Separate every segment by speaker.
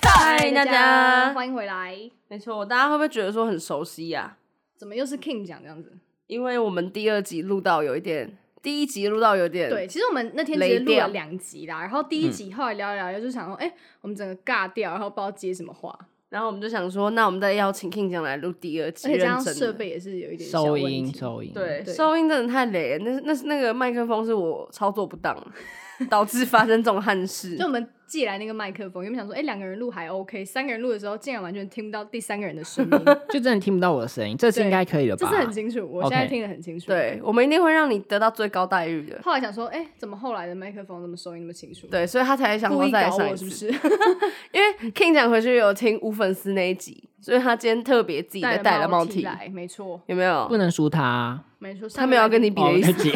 Speaker 1: 大家
Speaker 2: 欢迎回来。
Speaker 1: 没错，大家会不会觉得说很熟悉呀、
Speaker 2: 怎么又是 King 讲这样子？
Speaker 1: 因为我们第二集录到有一点，第一集录到有点，
Speaker 2: 对，，其实我们那天其实录了两集啦，然后
Speaker 1: 嗯
Speaker 2: 第一集后来聊一聊，就想说，哎、我们整个尬掉，然后不知道接什么话，
Speaker 1: 然后我们就想说，那我们再邀请 King 讲来录第二
Speaker 2: 而
Speaker 1: 集，
Speaker 2: 且加
Speaker 1: 认
Speaker 2: 上
Speaker 1: 真
Speaker 2: 设
Speaker 1: 的。
Speaker 2: 备也是有一点小
Speaker 3: 收
Speaker 2: 问
Speaker 3: 音
Speaker 2: 题
Speaker 3: 收音，
Speaker 1: 对，
Speaker 2: 对
Speaker 1: 收音真的太累了，那那那个麦克风是我操作不当， 导致发生这种憾事
Speaker 2: 就。我们借来那个麦克风，原本想说，哎、两个人录还 OK，三个人录的时候竟然完全听不到第三个人的声音，
Speaker 3: 就真的听不到我的声音，这次应该可以了
Speaker 2: 这
Speaker 3: 吧？
Speaker 2: 是很清楚，我现在
Speaker 3: OK
Speaker 2: 听得很清楚。
Speaker 1: 对，，我们一定会让你得到最高待遇的。
Speaker 2: 后来想说，哎、怎么后来的麦克风那么收音那么清楚？，
Speaker 1: 对，所以他才想
Speaker 2: 故
Speaker 1: 说
Speaker 2: 意
Speaker 1: 再来
Speaker 2: 搞
Speaker 1: 上一
Speaker 2: 我
Speaker 1: 次
Speaker 2: 是不是？
Speaker 1: 因为 King 讲回去有听无粉丝那一集，所以他今天特别自己再戴了帽
Speaker 2: 体
Speaker 1: 体，
Speaker 2: 来，没错，
Speaker 1: 有没有
Speaker 3: 不？能输 他哦啊。
Speaker 2: 没错，
Speaker 1: 他没有要跟你
Speaker 2: 你，
Speaker 1: 比的意思，
Speaker 3: 姐，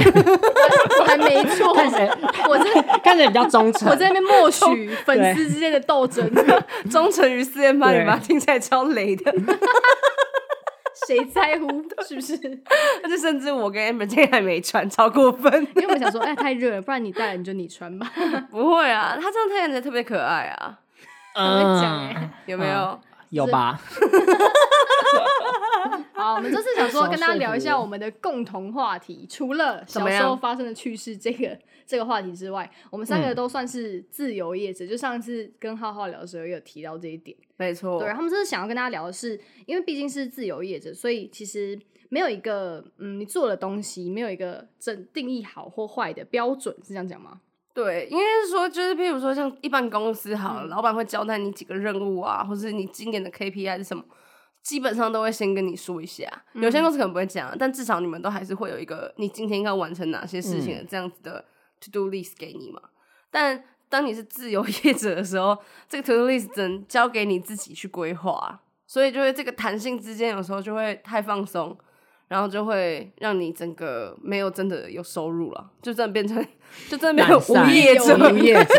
Speaker 2: 还没 错，
Speaker 3: 看谁
Speaker 2: 我在
Speaker 3: 看起来比较忠诚。
Speaker 2: 我在那边默许粉丝之间的斗争，
Speaker 1: 忠诚于四 M 八零
Speaker 3: 对
Speaker 1: 八，听起来超雷的。
Speaker 2: 谁在乎？是不是？ 因
Speaker 1: 而且甚至我跟 Amber 今天还没穿，超过分。
Speaker 2: 为我们想说，哎，太热了，不然你戴了你就你穿吧。
Speaker 1: 不会啊，他这样看起来特别可爱啊，
Speaker 2: 我会讲
Speaker 3: 嗯
Speaker 2: 哎，
Speaker 1: 有没有？
Speaker 3: 有 吧？
Speaker 2: 好，我们这次想说
Speaker 3: 少
Speaker 2: 跟大家
Speaker 3: 说
Speaker 2: 聊一
Speaker 3: 服
Speaker 2: 下
Speaker 3: 我
Speaker 2: 我们的共同话题，除了
Speaker 1: 怎
Speaker 2: 小
Speaker 1: 么
Speaker 2: 时候
Speaker 1: 样
Speaker 2: 发生的趣事这个这个话题之外，我们三个都算是自由业者。就上次跟浩浩聊的时候，也有提到这一点。
Speaker 1: 没错
Speaker 2: 对，，啊然后他们这次想要跟大家聊的是，因为毕竟是自由业者，所以其实没有一个嗯，你做的东西没有一个正定义好或坏的标准，是这样讲吗？
Speaker 1: 对，应该是说，就是譬如说，像一般公司好了，老板会交代你几个任务啊，或是你今年的 KPI 是什么，基本上都会先跟你说一下。有些公司可能不会讲，啊但至少你们都还是会有一个你今天应该完成哪些事情的这样子的 to do list 给你嘛。但当你是自由业者的时候，这个 to do list 只能交给你自己去规划，所以就会这个弹性之间有时候就会太放松。然后就会让你整个没有真的有收入了，就真的变成 就真的变成
Speaker 3: 懒
Speaker 1: 无
Speaker 3: 散
Speaker 1: 业者，
Speaker 3: 无 业者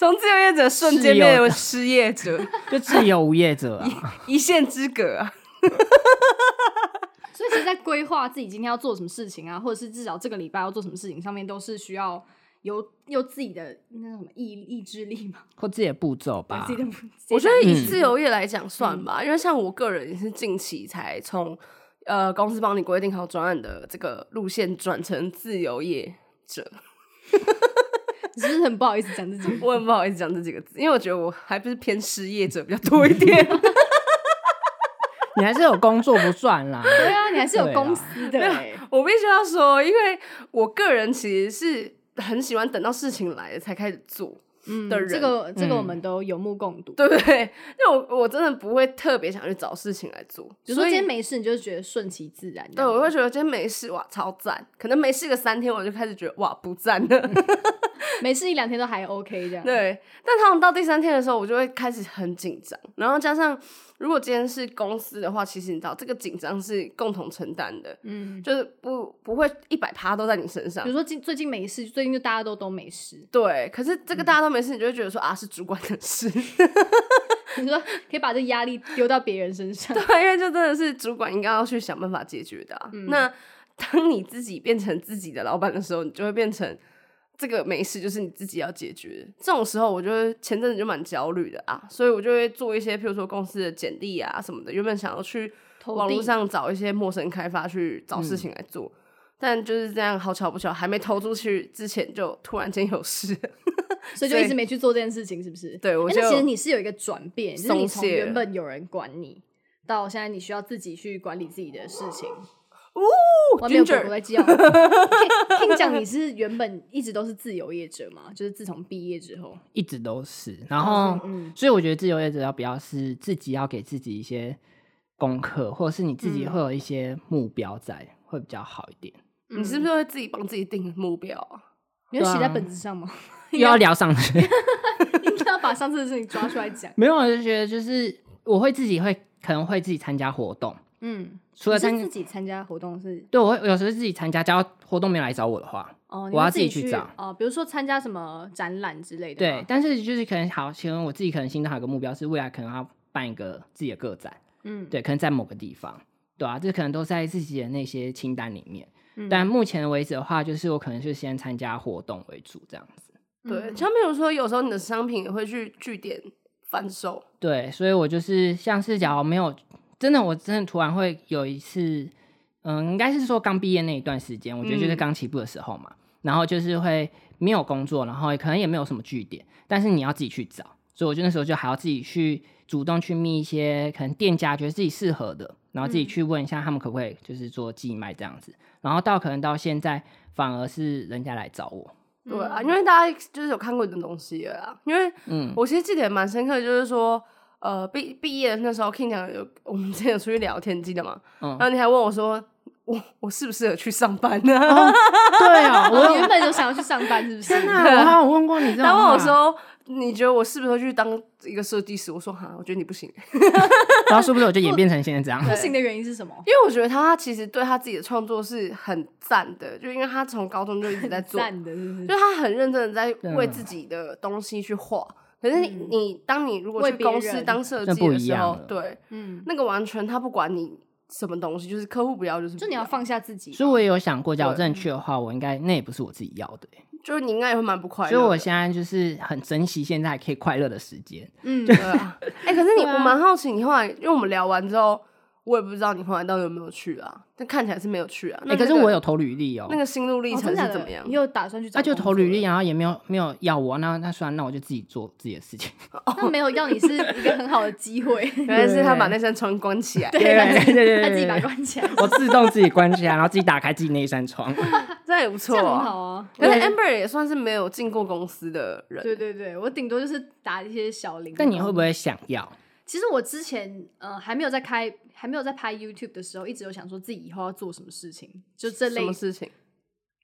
Speaker 1: 从自由业者瞬间变成失业者，
Speaker 3: 就自由无业者啊。
Speaker 1: 一线之隔啊！
Speaker 2: 所以其实，在规划自己今天要做什么事情啊，或者是至少这个礼拜要做什么事情上面，都是需要有有自己的那叫什么意意志力嘛，
Speaker 3: 或自己的步骤吧
Speaker 2: 自。己的。
Speaker 1: 我嗯觉得
Speaker 2: 自己
Speaker 1: 以自由业来讲算吧，因为像我个人也是近期才从呃公司帮你规定好专案的这个路线转成自由业者，
Speaker 2: 的只是很不好意思讲 自己。
Speaker 1: 我很不好意思讲这几个字，因为我觉得我还不是偏失业者比较多一点。
Speaker 3: 你还是有工作不算啦。
Speaker 2: 对啊，你还是有
Speaker 3: 对啊
Speaker 2: 公司的、欸，
Speaker 1: 我必须要说，因为我个人其实是很喜欢等到事情来了才开始做。
Speaker 2: 嗯
Speaker 1: 的人
Speaker 2: 这个这个我
Speaker 3: 嗯
Speaker 2: 们都有目共睹。
Speaker 1: 对 不对？那我我真的不会特别想去找事情来做，
Speaker 2: 比如
Speaker 1: 所
Speaker 2: 说
Speaker 1: 以
Speaker 2: 今天没事，你就觉得顺其自然这
Speaker 1: 对，
Speaker 2: 样。
Speaker 1: 我会觉得今天没事哇，超赞。可能没事个三天，我就开始觉得哇，不赞 了。
Speaker 2: 没事一两天都还 OK 这样。
Speaker 1: 对，但他们到第三天的时候，我就会开始很紧张。然后加上，如果今天是公司的话，其实你知道，这个紧张是共同承担的，
Speaker 2: 嗯，
Speaker 1: 就是不不会一百趴都在你身上
Speaker 2: 比如。说近最近没事，最近就大家都都没事。
Speaker 1: 对，可是这
Speaker 2: 嗯
Speaker 1: 个大家都没事，你就会觉得说啊，是主管的事。
Speaker 2: 你说可以把这压力丢到别人身上，
Speaker 1: 对，因为这真的是主管应该要去想办法解决的啊、
Speaker 2: 嗯
Speaker 1: 那当你自己变成自己的老板的时候，你就会变成这个没事，就是你自己要解决的。这种时候，我就会前阵子就蛮焦虑的啊，所以我就会做一些，譬如说公司的简历啊什么的。原本想要去
Speaker 2: 投
Speaker 1: 网络
Speaker 2: 递嗯
Speaker 1: 上找一些陌生开发去找事情来做。但就是这样，好巧不巧，还没投出去之前就突然间有事，
Speaker 2: 所以就
Speaker 1: 所以
Speaker 2: 一直没去做这件事情，是不是？
Speaker 1: 对我
Speaker 2: 诶
Speaker 1: 就
Speaker 2: 那其实你是有一个转变，就是
Speaker 1: 松
Speaker 2: 你从
Speaker 1: 懈了
Speaker 2: 原本有人管你，到现在你需要自己去管理自己的事情。我还没有
Speaker 1: Ginger
Speaker 2: 我在记哦。听听讲 你是原本一直都是自由业者嘛，就是自从毕业之后，
Speaker 3: 一直都是。然后，
Speaker 2: 嗯
Speaker 3: 所以我觉得自由业者要比较是自己要给自己一些功课，或者是你自
Speaker 2: 嗯
Speaker 3: 己会有一些目标在，会比较好一点。
Speaker 1: 你
Speaker 2: 嗯
Speaker 1: 是不是会自己帮自己定目标啊？
Speaker 2: 你有写
Speaker 3: 对
Speaker 2: 在
Speaker 3: 啊
Speaker 2: 本子上吗？
Speaker 3: 又要聊上去，
Speaker 2: 应该要把上次的事情抓出来 讲。
Speaker 3: 没有，我就觉得就是我会自己会可能会自己参加活动，
Speaker 2: 嗯，
Speaker 3: 除了
Speaker 2: 你
Speaker 3: 参
Speaker 2: 是自己参加活动是
Speaker 3: 对我会我有时候自己参加，只要活动没来找我的话，
Speaker 2: 哦，你
Speaker 3: 我
Speaker 2: 会
Speaker 3: 要
Speaker 2: 自
Speaker 3: 自己去
Speaker 2: 去
Speaker 3: 找
Speaker 2: 哦，比如说参加什么展览之类的
Speaker 3: 对
Speaker 2: 吗。，
Speaker 3: 但是就是可能好，请问我自己可能心中还有个目标是未来可能要办一个自己的个展，
Speaker 2: 嗯，
Speaker 3: 对，可能在某个地方，对啊，这可能都在自己的那些清单里面。但目前为止的话，就是我可能就先参加活动为主这样子。
Speaker 1: 对，像比如说，有时候你的商品也会去据点反手，
Speaker 3: 对，所以我就是像是假如没有真的，我真的突然会有一次，嗯，应该是说刚毕业那一段时间，我觉得就是
Speaker 1: 嗯
Speaker 3: 刚起步的时候嘛，然后就是会没有工作，然后可能也没有什么据点，但是你要自己去找，所以我就那时候就还要自己去主动去觅一些可能店家觉得自己适合的，然后自己去问一下他们可不可以就是做寄卖这样子，然后到可能到现在反而是人家来找我，
Speaker 1: 对啊，因为大家就是有看过你的东西了啊啦。因为
Speaker 3: 嗯，
Speaker 1: 我其实记得也蛮深刻的，就是说，呃，毕毕业的那时候，King 讲有我们之前有出去聊天，记得吗？
Speaker 3: 嗯
Speaker 1: 然后你还问我说，我我适不适合去上班呢？
Speaker 3: 对啊，
Speaker 2: 我哦 原本就想要去上班，是不是？
Speaker 3: 天哪，啊我好像问过你这种，
Speaker 1: 他问我。说，你觉得我适不适合去当一个设计师？我说哈，我觉得你不行，
Speaker 3: 然后是不是我就演变成现在这样？
Speaker 2: 不行的原因是什么？
Speaker 1: 因为我觉得他其实对他自己的创作是很赞的，就因为他从高中就一直在做，
Speaker 2: 赞的，是不？
Speaker 1: 就是他很认真的在
Speaker 3: 啊
Speaker 1: 为自己的东西去画。可是你
Speaker 2: 嗯
Speaker 1: 你，当你如果
Speaker 2: 为
Speaker 1: 去
Speaker 2: 别
Speaker 1: 公司
Speaker 2: 人
Speaker 1: 当设
Speaker 3: 那
Speaker 1: 计
Speaker 3: 不
Speaker 1: 的
Speaker 3: 一
Speaker 1: 时
Speaker 3: 样
Speaker 1: 候
Speaker 3: 了，
Speaker 1: 对，
Speaker 2: 嗯，
Speaker 1: 那个完全他不管你什么东西，就是客户不要就是不
Speaker 2: 就你要，放下自己。
Speaker 3: 所以我也有想过，假如
Speaker 1: 对
Speaker 3: 真的去的话，我应该那也不是我自己要的欸、
Speaker 1: 就是你应该也会蛮不快乐
Speaker 3: 所
Speaker 1: 的。
Speaker 3: 以我现在就是很珍惜现在还可以快乐的时间。
Speaker 2: 嗯，
Speaker 1: 对 啊，哎、可是你、
Speaker 2: 对啊
Speaker 1: 我蛮好奇，你后来因为我们聊完之后，我也不知道你后来到底有没有去啊，但看起来是没有去啊。
Speaker 3: 哎、
Speaker 1: 那
Speaker 3: 可是
Speaker 1: 那个
Speaker 3: 我有投履历哦、啊
Speaker 1: 那个心路历
Speaker 2: 哦
Speaker 1: 程
Speaker 2: 真假
Speaker 1: 是
Speaker 2: 的
Speaker 1: 怎么样
Speaker 2: 你？有打算去找？
Speaker 3: 那、就投履历，，然后也没有没有要我，那那算了，那我就自己做自己的 事情。
Speaker 2: 那没有要你是一个很好的机 会。
Speaker 1: 原来是他把
Speaker 3: 对
Speaker 1: 那扇窗关起来，
Speaker 3: 对
Speaker 2: 他自己
Speaker 3: 对对对
Speaker 2: 他自己
Speaker 3: 对
Speaker 2: 把它
Speaker 3: 对
Speaker 2: 关起来，
Speaker 3: 我啊自动自己关起来，然后自己打开自己那一 扇窗。
Speaker 1: 这样也不
Speaker 2: 这
Speaker 1: 错、
Speaker 2: 样很
Speaker 1: 啊。
Speaker 2: 好啊。
Speaker 1: 可是 Amber 也算是没有进过公司的人，
Speaker 2: 对对对，我顶多就是打一些小零。
Speaker 3: 但你会不？会想要？
Speaker 2: 其实我之前呃还没有在开，还没有在拍 YouTube 的时候，一直有想说自己以后要做什么事情，就这
Speaker 1: 什
Speaker 2: 类
Speaker 1: 么事情？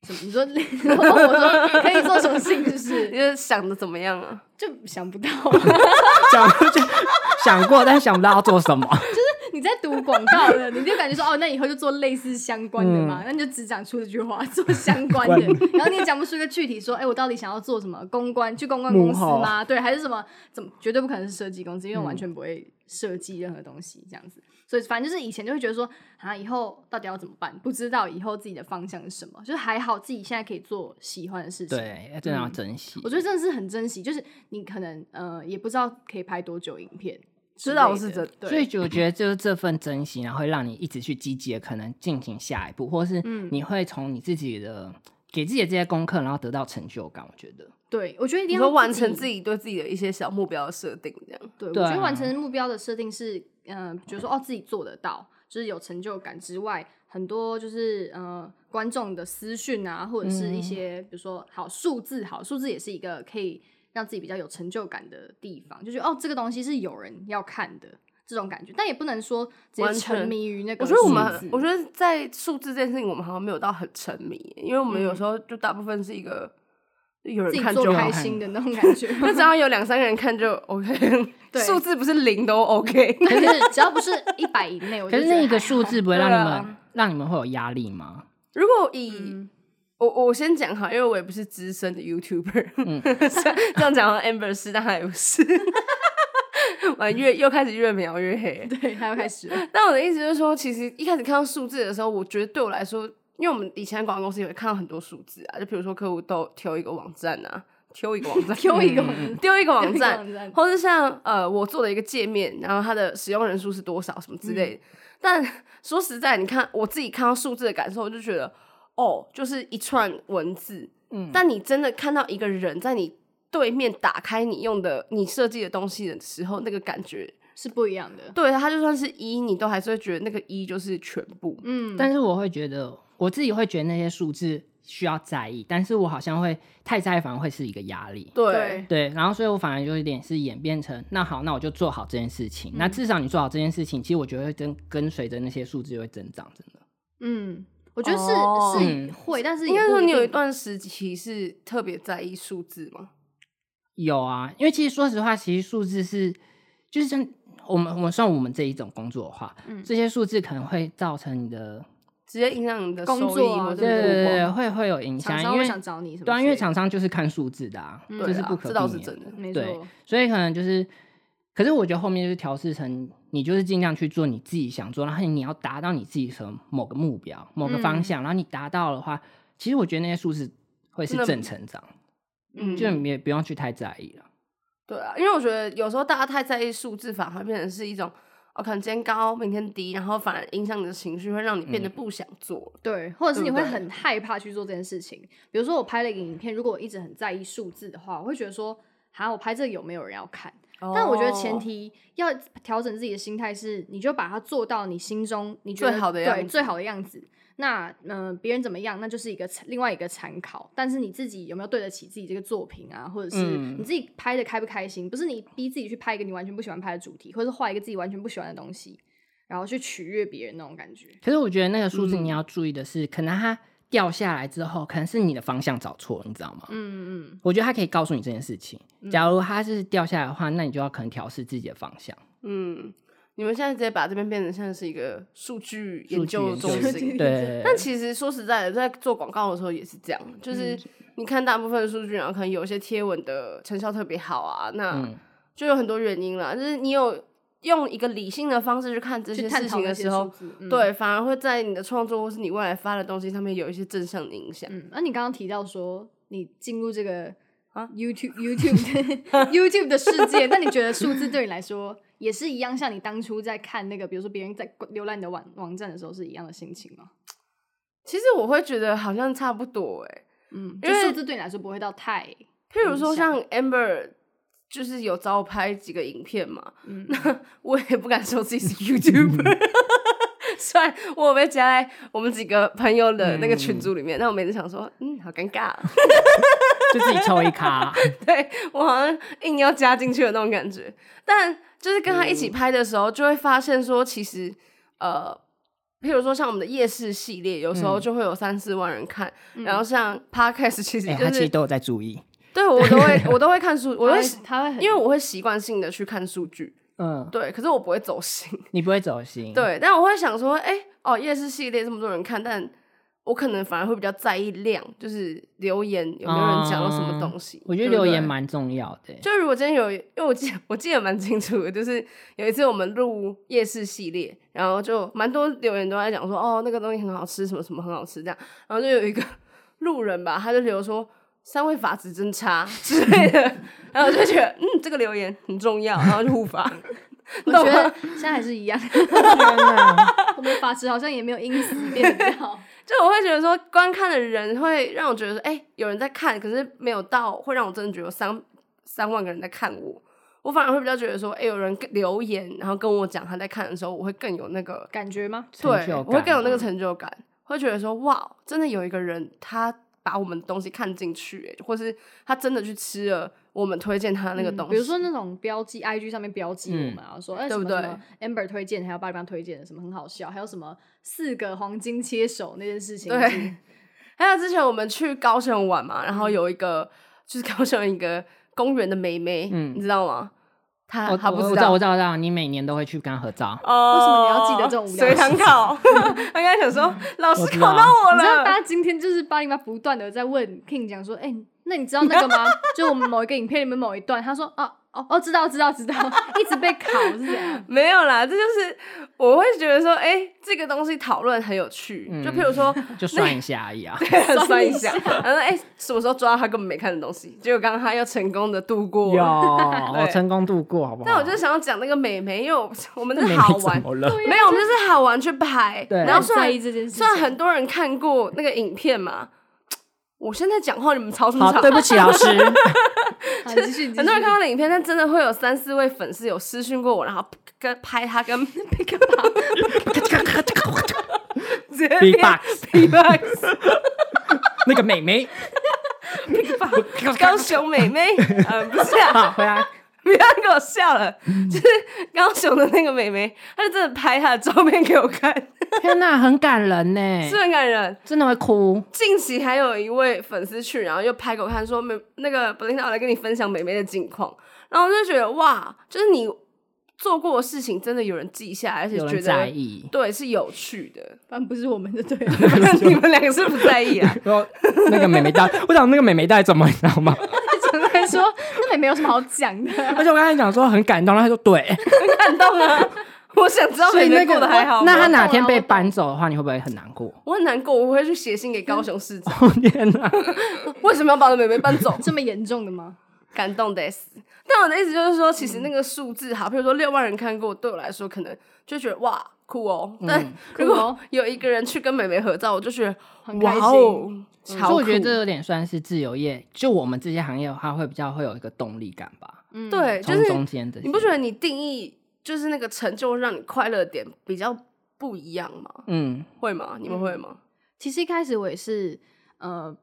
Speaker 2: 什么？你说 我问我说可以做什么事情，就是
Speaker 1: 你是想的怎么样啊？
Speaker 2: 就想不到。啊
Speaker 3: 想就想过，但想不到要做 什么。
Speaker 2: 你在读广告的，你就感觉说哦，那以后就做类似相关的
Speaker 1: 嗯
Speaker 2: 嘛，那你就只讲出这句话，做相关的，然后你也讲不出一个具体说，哎、我到底想要做什么？公关去公关公司吗？对，还是什么？怎么绝对不可能是设计公司，因为我完全不会设计任何东西这样子。所以反正就是以前就会觉得说啊，以后到底要怎么办？不知道以后自己的方向是什么，就是还好自己现在可以做喜欢的事情。
Speaker 3: 对，真的要珍惜。
Speaker 2: 我觉得真的是很珍惜，就是你可能呃也不知道可以拍多久影片之类
Speaker 1: 知
Speaker 2: 的，
Speaker 1: 道是真
Speaker 2: 对，
Speaker 3: 所以就我觉得就是这份珍惜，然后会让你一直去积极的可能进行下一步，或是
Speaker 2: 嗯
Speaker 3: 你会从你自己的、给自己的这些功课，然后得到成就感。我觉得，
Speaker 2: 对我觉得一
Speaker 1: 你
Speaker 2: 定
Speaker 1: 说
Speaker 2: 要
Speaker 1: 完成自己对自己的一些小目标的设定，这样
Speaker 2: 对，
Speaker 3: 对
Speaker 2: 我觉得完
Speaker 3: 啊
Speaker 2: 成目标的设定是，嗯、比如说哦，自己做得到，就是有成就感之外，很多就是呃，观众的私讯啊，或者是
Speaker 1: 嗯
Speaker 2: 一些、比如说好数字，好数字也是一个可以让自己比较有成就感的地方，就觉得哦，这个东西是有人要看的这种感觉，但也不能说直接
Speaker 1: 完全
Speaker 2: 沉迷于那个
Speaker 1: 我
Speaker 2: 数
Speaker 1: 觉得我
Speaker 2: 字。
Speaker 1: 们，我觉得在数字这件事情，我们好像没有到很沉迷，因为我们有时候就大部分是一个有
Speaker 2: 自
Speaker 1: 人
Speaker 2: 己
Speaker 1: 看啊
Speaker 2: 做
Speaker 1: 就
Speaker 2: 开
Speaker 1: 好，
Speaker 2: 心的那种感 觉，
Speaker 1: 那只要有两三个人看就 OK，
Speaker 2: 对
Speaker 1: 数字不是零都 OK。
Speaker 2: 可是只要不是一百以内，我就
Speaker 3: 可是
Speaker 2: 觉得
Speaker 3: 那一
Speaker 2: 还
Speaker 3: 个数
Speaker 2: 好
Speaker 3: 字不会让
Speaker 1: 对
Speaker 3: 你们、
Speaker 1: 啊
Speaker 3: 让你们会有压力吗？
Speaker 1: 如果以、
Speaker 2: 嗯
Speaker 1: 我我先讲哈，因为我也不是资深的 YouTuber，、这 样讲好像 Amber 是，但他也不是。 完越又开始越描越黑。
Speaker 2: 对，还要开始了，
Speaker 1: 但我的意思就是说，其实一开始看到数字的时候，我觉得对我来说，因为我们以前广告公司也会看到很多数字啊，就比如说客户都挑一个网站啊，挑一个网站，
Speaker 2: 丢一个
Speaker 3: 嗯
Speaker 2: 网
Speaker 3: 嗯
Speaker 1: 丢一个网
Speaker 2: 丢一个网
Speaker 1: 站
Speaker 2: 站，
Speaker 1: 或是像呃我做的一个界面，然后它的使用人数是多少什么之类的。 但说实在，你看我自己看到数字的感受，我就觉得哦，就是一串文字。
Speaker 3: 嗯
Speaker 1: 但你真的看到一个人在你对面打开你用的你设计的东西的时候，那个感觉，
Speaker 2: 是不一样的。
Speaker 1: 对它就算是一，你都还是会觉得那个一就是全部。
Speaker 2: 嗯，
Speaker 3: 但是我会觉得，我自己会觉得那些数字需要在意，但是我好像会太在意，反而会是一个压力。
Speaker 1: 对，
Speaker 3: 对，然后所以我反而就有点是演变成，那好，那我就做好这件事情。
Speaker 2: 嗯
Speaker 3: 那至少你做好这件事情，其实我觉得会跟跟随着那些数字会增长，真的。
Speaker 2: 嗯，我觉得是、
Speaker 1: 哦
Speaker 2: 是
Speaker 3: 嗯
Speaker 2: 会，但是
Speaker 1: 应该
Speaker 2: 也不
Speaker 1: 说你有一
Speaker 2: 定
Speaker 1: 段时期是特别在意数字吗？
Speaker 3: 有啊，因为其实说实话，其实数字是，就是像我们我们算我们这一种工作的话，这些数字可能会造成你的，
Speaker 1: 直接影响你的
Speaker 2: 工
Speaker 1: 收益
Speaker 2: 作啊
Speaker 1: 或者
Speaker 3: 对
Speaker 2: 对
Speaker 3: 对对
Speaker 1: 目
Speaker 3: 对，
Speaker 1: 光
Speaker 3: 会会有影
Speaker 2: 厂
Speaker 3: 响，
Speaker 2: 商
Speaker 3: 因
Speaker 2: 会
Speaker 3: 为
Speaker 2: 想找你什么之类的？
Speaker 3: 对啊，因为厂商就是看数字的啊，
Speaker 2: 嗯
Speaker 3: 这
Speaker 1: 对
Speaker 3: 是
Speaker 1: 啊
Speaker 3: 不可
Speaker 1: 这
Speaker 3: 避
Speaker 1: 倒
Speaker 3: 免
Speaker 1: 是真的
Speaker 2: 没
Speaker 3: 对
Speaker 2: 错，，
Speaker 3: 所以可能就是，可是我觉得后面就是调试成你就是尽量去做你自己想做，然后你要达到你自己什么某个目标、某个方向，然后你达到的话，其实我觉得那些数字会是
Speaker 1: 真的
Speaker 3: 正成长，
Speaker 1: 嗯
Speaker 3: 就你也不用去太在意了。
Speaker 1: 对啊，因为我觉得有时候大家太在意数字，反而变成是一种，哦，可能今天高，明天低，然后反而影响你的情绪，会让你变得不想做。
Speaker 2: 对，或者是
Speaker 1: 对
Speaker 2: 你
Speaker 1: 不
Speaker 2: 会
Speaker 1: 对
Speaker 2: 很害怕去做这件事情。比如说，我拍了一个影片，如果我一直很在意数字的话，我会觉得说，哈，我拍这个有没有人要看？但我觉得
Speaker 1: 哦
Speaker 2: 前提要调整自己的心态是，你就把它做到你心中你觉得
Speaker 1: 最好的样
Speaker 2: 对
Speaker 1: 子
Speaker 2: 最好的样子。那嗯，呃别、人怎么样，那就是一个参另外一个参考。但是你自己有没有对得起自己这个作品啊，或者是
Speaker 3: 嗯
Speaker 2: 你自己拍的开不开心？不是你逼自己去拍一个你完全不喜欢拍的主题，或者是画一个自己完全不喜欢的东西，然后去取悦别人那种感觉。
Speaker 3: 可是我觉得那个数字
Speaker 1: 嗯
Speaker 3: 你要注意的是，可能它掉下来之后，可能是你的方向找错了，你知道吗？
Speaker 2: 嗯嗯
Speaker 3: 我觉得它可以告诉你这件事情。
Speaker 1: 嗯
Speaker 3: 假如它是掉下来的话，那你就要可能调试自己的方向。
Speaker 1: 嗯，你们现在直接把这边变成像是一个数据研
Speaker 3: 数据
Speaker 1: 究
Speaker 3: 研
Speaker 1: 中
Speaker 3: 究
Speaker 1: 心，
Speaker 3: 对对，
Speaker 1: 但其实说实在的，在做广告的时候也是这样，
Speaker 2: 嗯
Speaker 1: 就是你看大部分的数据，然后可能有一些贴文的成效特别好啊，那
Speaker 3: 嗯
Speaker 1: 就有很多原因啦。就是你有用一个理性的方式去看这
Speaker 2: 去
Speaker 1: 些
Speaker 2: 探
Speaker 1: 事
Speaker 2: 讨
Speaker 1: 情
Speaker 2: 那
Speaker 1: 的
Speaker 2: 些
Speaker 1: 时
Speaker 2: 数
Speaker 1: 候，
Speaker 2: 字，嗯、
Speaker 1: 对，反而会在你的创作或是你未来发的东西上面有一些正向的影响。
Speaker 2: 嗯，那、你刚刚提到说你进入这个
Speaker 1: 啊
Speaker 2: YouTube YouTube 的 YouTube 的世界，那你觉得数字对你来说也是一样，像你当初在看那个，比如说别人在浏览你的网网站的时候是一样的心情吗？
Speaker 1: 其实我会觉得好像差不多欸诶、
Speaker 2: 嗯，
Speaker 1: 因
Speaker 2: 就数
Speaker 1: 为
Speaker 2: 字对你来说不会到太
Speaker 1: 譬如说
Speaker 2: 影响
Speaker 1: 像 Amber。就是有找我拍几个影片嘛，
Speaker 2: 嗯
Speaker 1: 那我也不敢说自己是 YouTuber，虽然我有被加在我们几个朋友的那个群组里面，但我每次想说，嗯，好尴尬啊，
Speaker 3: 就自己抽一卡，
Speaker 1: 对我好像硬要加进去的那种感觉。但就是跟他一起拍的时候，就会发现说，其实呃，譬如说像我们的夜市系列，有时候
Speaker 3: 嗯
Speaker 1: 就会有三四万人看，然后像 Podcast 其实
Speaker 3: 哎、
Speaker 1: 就
Speaker 3: 他其
Speaker 1: 是、
Speaker 3: 实都有在注意。
Speaker 1: 对我都会我都会看数，我
Speaker 2: 他
Speaker 1: 会
Speaker 2: 会他会很
Speaker 1: 因为我会习惯性的去看数据，
Speaker 3: 嗯，
Speaker 1: 对，可是我不会走心，
Speaker 3: 你不会走心。，
Speaker 1: 对，但我会想说，哎、哦，夜市系列这么多人看，但我可能反而会比较在意量，就是留言有没有人讲到什么东西。
Speaker 3: 哦我觉得
Speaker 1: 对不
Speaker 3: 留
Speaker 1: 对
Speaker 3: 言蛮重要 的、
Speaker 1: 就如果今天有，因为我记得我记得蛮清楚的，就是有一次我们录夜市系列，然后就蛮多留言都在讲说，哦，那个东西很好吃，什么什么很好吃这样，然后就有一个 路人吧，他就留说。三位法值真差之类的，然后我就觉得，嗯，这个留言很重要，然后就互发。
Speaker 2: 我
Speaker 1: 懂
Speaker 2: 觉
Speaker 1: 吗
Speaker 2: 得现在还是一样，
Speaker 3: 天哪
Speaker 2: 我们的发质好像也没有因此变得比较 好。
Speaker 1: 就我会觉得说，观看的人会让我觉得说，哎、有人在看，可是没有到会让我真的觉得有三三万个人在看我。我反而会比较觉得说，哎、有人跟留言，然后跟我讲他在看的时候，我会更有那个，
Speaker 2: 感觉吗？
Speaker 1: 对
Speaker 3: 成就，
Speaker 1: 我
Speaker 3: 感啊
Speaker 1: 会更有那个成就感，会觉得说，哇，真的有一个人他把我们的东西看进去、哎或是他真的去吃了我们推荐他的那个
Speaker 2: 嗯
Speaker 1: 东西。嗯
Speaker 2: 比如说那种标记，IG 上面标记我们啊，说哎、
Speaker 1: 对
Speaker 2: 什
Speaker 1: 不
Speaker 2: 么
Speaker 1: 对
Speaker 2: 什么 Amber 推荐，还有巴黎帮推荐的什么很好笑，还有什么四个黄金切手那件事情，
Speaker 1: 对
Speaker 2: 是
Speaker 1: 还有之前我们去高雄玩嘛，
Speaker 2: 嗯
Speaker 1: 然后有一个、就是高雄一个公园的妹妹，
Speaker 3: 嗯
Speaker 1: 你知道吗？她
Speaker 3: 我
Speaker 1: 她
Speaker 3: 我
Speaker 1: 不
Speaker 3: 知道，我知道，我知道，你每年都会去跟他合照。
Speaker 1: 哦
Speaker 2: 为什么你要记得这种无聊
Speaker 1: 随
Speaker 2: 的事
Speaker 1: 堂
Speaker 2: 情
Speaker 1: 考？ 他刚才想 说，老师
Speaker 3: 我知道
Speaker 1: 考到我
Speaker 2: 你知道大
Speaker 1: 了。
Speaker 2: 家今天就是八零八不断的在问 King 讲说，哎、那你知道那个吗？就我们某一个影片里面某一段，他说啊哦哦，知道知道知道，一直被考是这 样。
Speaker 1: 没有啦，这就是我会觉得说，哎、这个东西讨论很有趣。
Speaker 3: 嗯
Speaker 1: 就譬如说，
Speaker 3: 就算一下而 已啊。
Speaker 1: 算一
Speaker 2: 下
Speaker 1: 下，然后哎、什么时候抓到他根本没看的东西？结果刚刚他又成功的度过
Speaker 3: 有，
Speaker 1: 了。
Speaker 3: 我成功度过，好不好？
Speaker 1: 但我就想要讲那个美眉，因为我我们
Speaker 3: 那
Speaker 1: 是
Speaker 3: 没
Speaker 1: 好
Speaker 3: 怎
Speaker 1: 玩，
Speaker 3: 么了？
Speaker 1: 没有，我们就是好玩去拍。
Speaker 3: 对
Speaker 1: 然后虽
Speaker 2: 在
Speaker 1: 然
Speaker 2: 意这件事情，
Speaker 1: 虽然很多人看过那个影片嘛，我现在讲话你们超出
Speaker 3: 好，
Speaker 1: 场。
Speaker 3: 对不 起，老师。
Speaker 2: 好继续，
Speaker 1: 很多人看到的影片，但真的会有三四位粉丝有私讯过我，然后跟拍他跟 被干嘛？直接
Speaker 3: Big
Speaker 1: 变
Speaker 3: box
Speaker 1: Big Box
Speaker 3: 那个美眉，
Speaker 1: 高雄美眉，呃，不是啊，
Speaker 3: 好回来。
Speaker 1: 不要给我笑了，
Speaker 3: 嗯
Speaker 1: 就是高雄的那个美眉，她就真的拍她的照片给我看，
Speaker 3: 天哪，很感人呢，
Speaker 1: 是很感人。
Speaker 3: 真的会哭。
Speaker 1: 近期还有一位粉丝去，然后又拍给我看说美那个 b l i n d 来跟你分享美眉的近况，然后我就觉得哇，就是你做过的事情真的有人记下来，而且
Speaker 3: 有
Speaker 1: 觉
Speaker 3: 人在
Speaker 1: 得
Speaker 3: 意。
Speaker 1: 对是有趣的。
Speaker 2: 反正不是我们的对 啊，
Speaker 1: 你们两个是不在意 啊？
Speaker 3: 然后那个美眉带， 我想那个美眉带怎么，你知道 吗？
Speaker 2: 常来说那也没有什么好讲的。
Speaker 3: 而且我刚才讲说很感动，然后她说对，
Speaker 1: 很感动啊！我想知道
Speaker 3: 所以
Speaker 1: 美
Speaker 3: 那
Speaker 1: 眉
Speaker 3: 个
Speaker 1: 过得还好吗
Speaker 3: 那她哪
Speaker 2: 我懂啊
Speaker 3: 天
Speaker 2: 我
Speaker 3: 被
Speaker 2: 懂
Speaker 3: 搬走的话，你会不会很难过？
Speaker 1: 我很难过，我会去写信给高雄市长，
Speaker 3: 哦天哪！
Speaker 1: 为什么要把我的美眉搬走？
Speaker 2: 这么严重的吗？
Speaker 1: 感动的死。但我的意思就是说，其实那个数字
Speaker 3: 嗯
Speaker 1: 好，比如说六万人看过，对我来说可能就觉得哇酷哦。
Speaker 3: 嗯
Speaker 1: 但如
Speaker 2: 酷
Speaker 1: 果
Speaker 2: 哦
Speaker 1: 有一个人去跟美眉合照，我就觉得
Speaker 2: 很
Speaker 1: 哇
Speaker 2: 开
Speaker 1: 哦
Speaker 2: 心，
Speaker 1: 超
Speaker 3: 所以我觉得嗯
Speaker 1: 酷
Speaker 3: 这有点算是自由业，就我们这些行业的话，会比较会有一个动力感吧。
Speaker 2: 嗯，
Speaker 1: 对，就
Speaker 3: 从
Speaker 1: 是
Speaker 3: 中间的，
Speaker 1: 你不觉得？你定义就是那个成就让你快乐的点比较不一样吗？
Speaker 3: 嗯，
Speaker 1: 会吗？你们会吗？
Speaker 2: 其实一开始我也是，呃，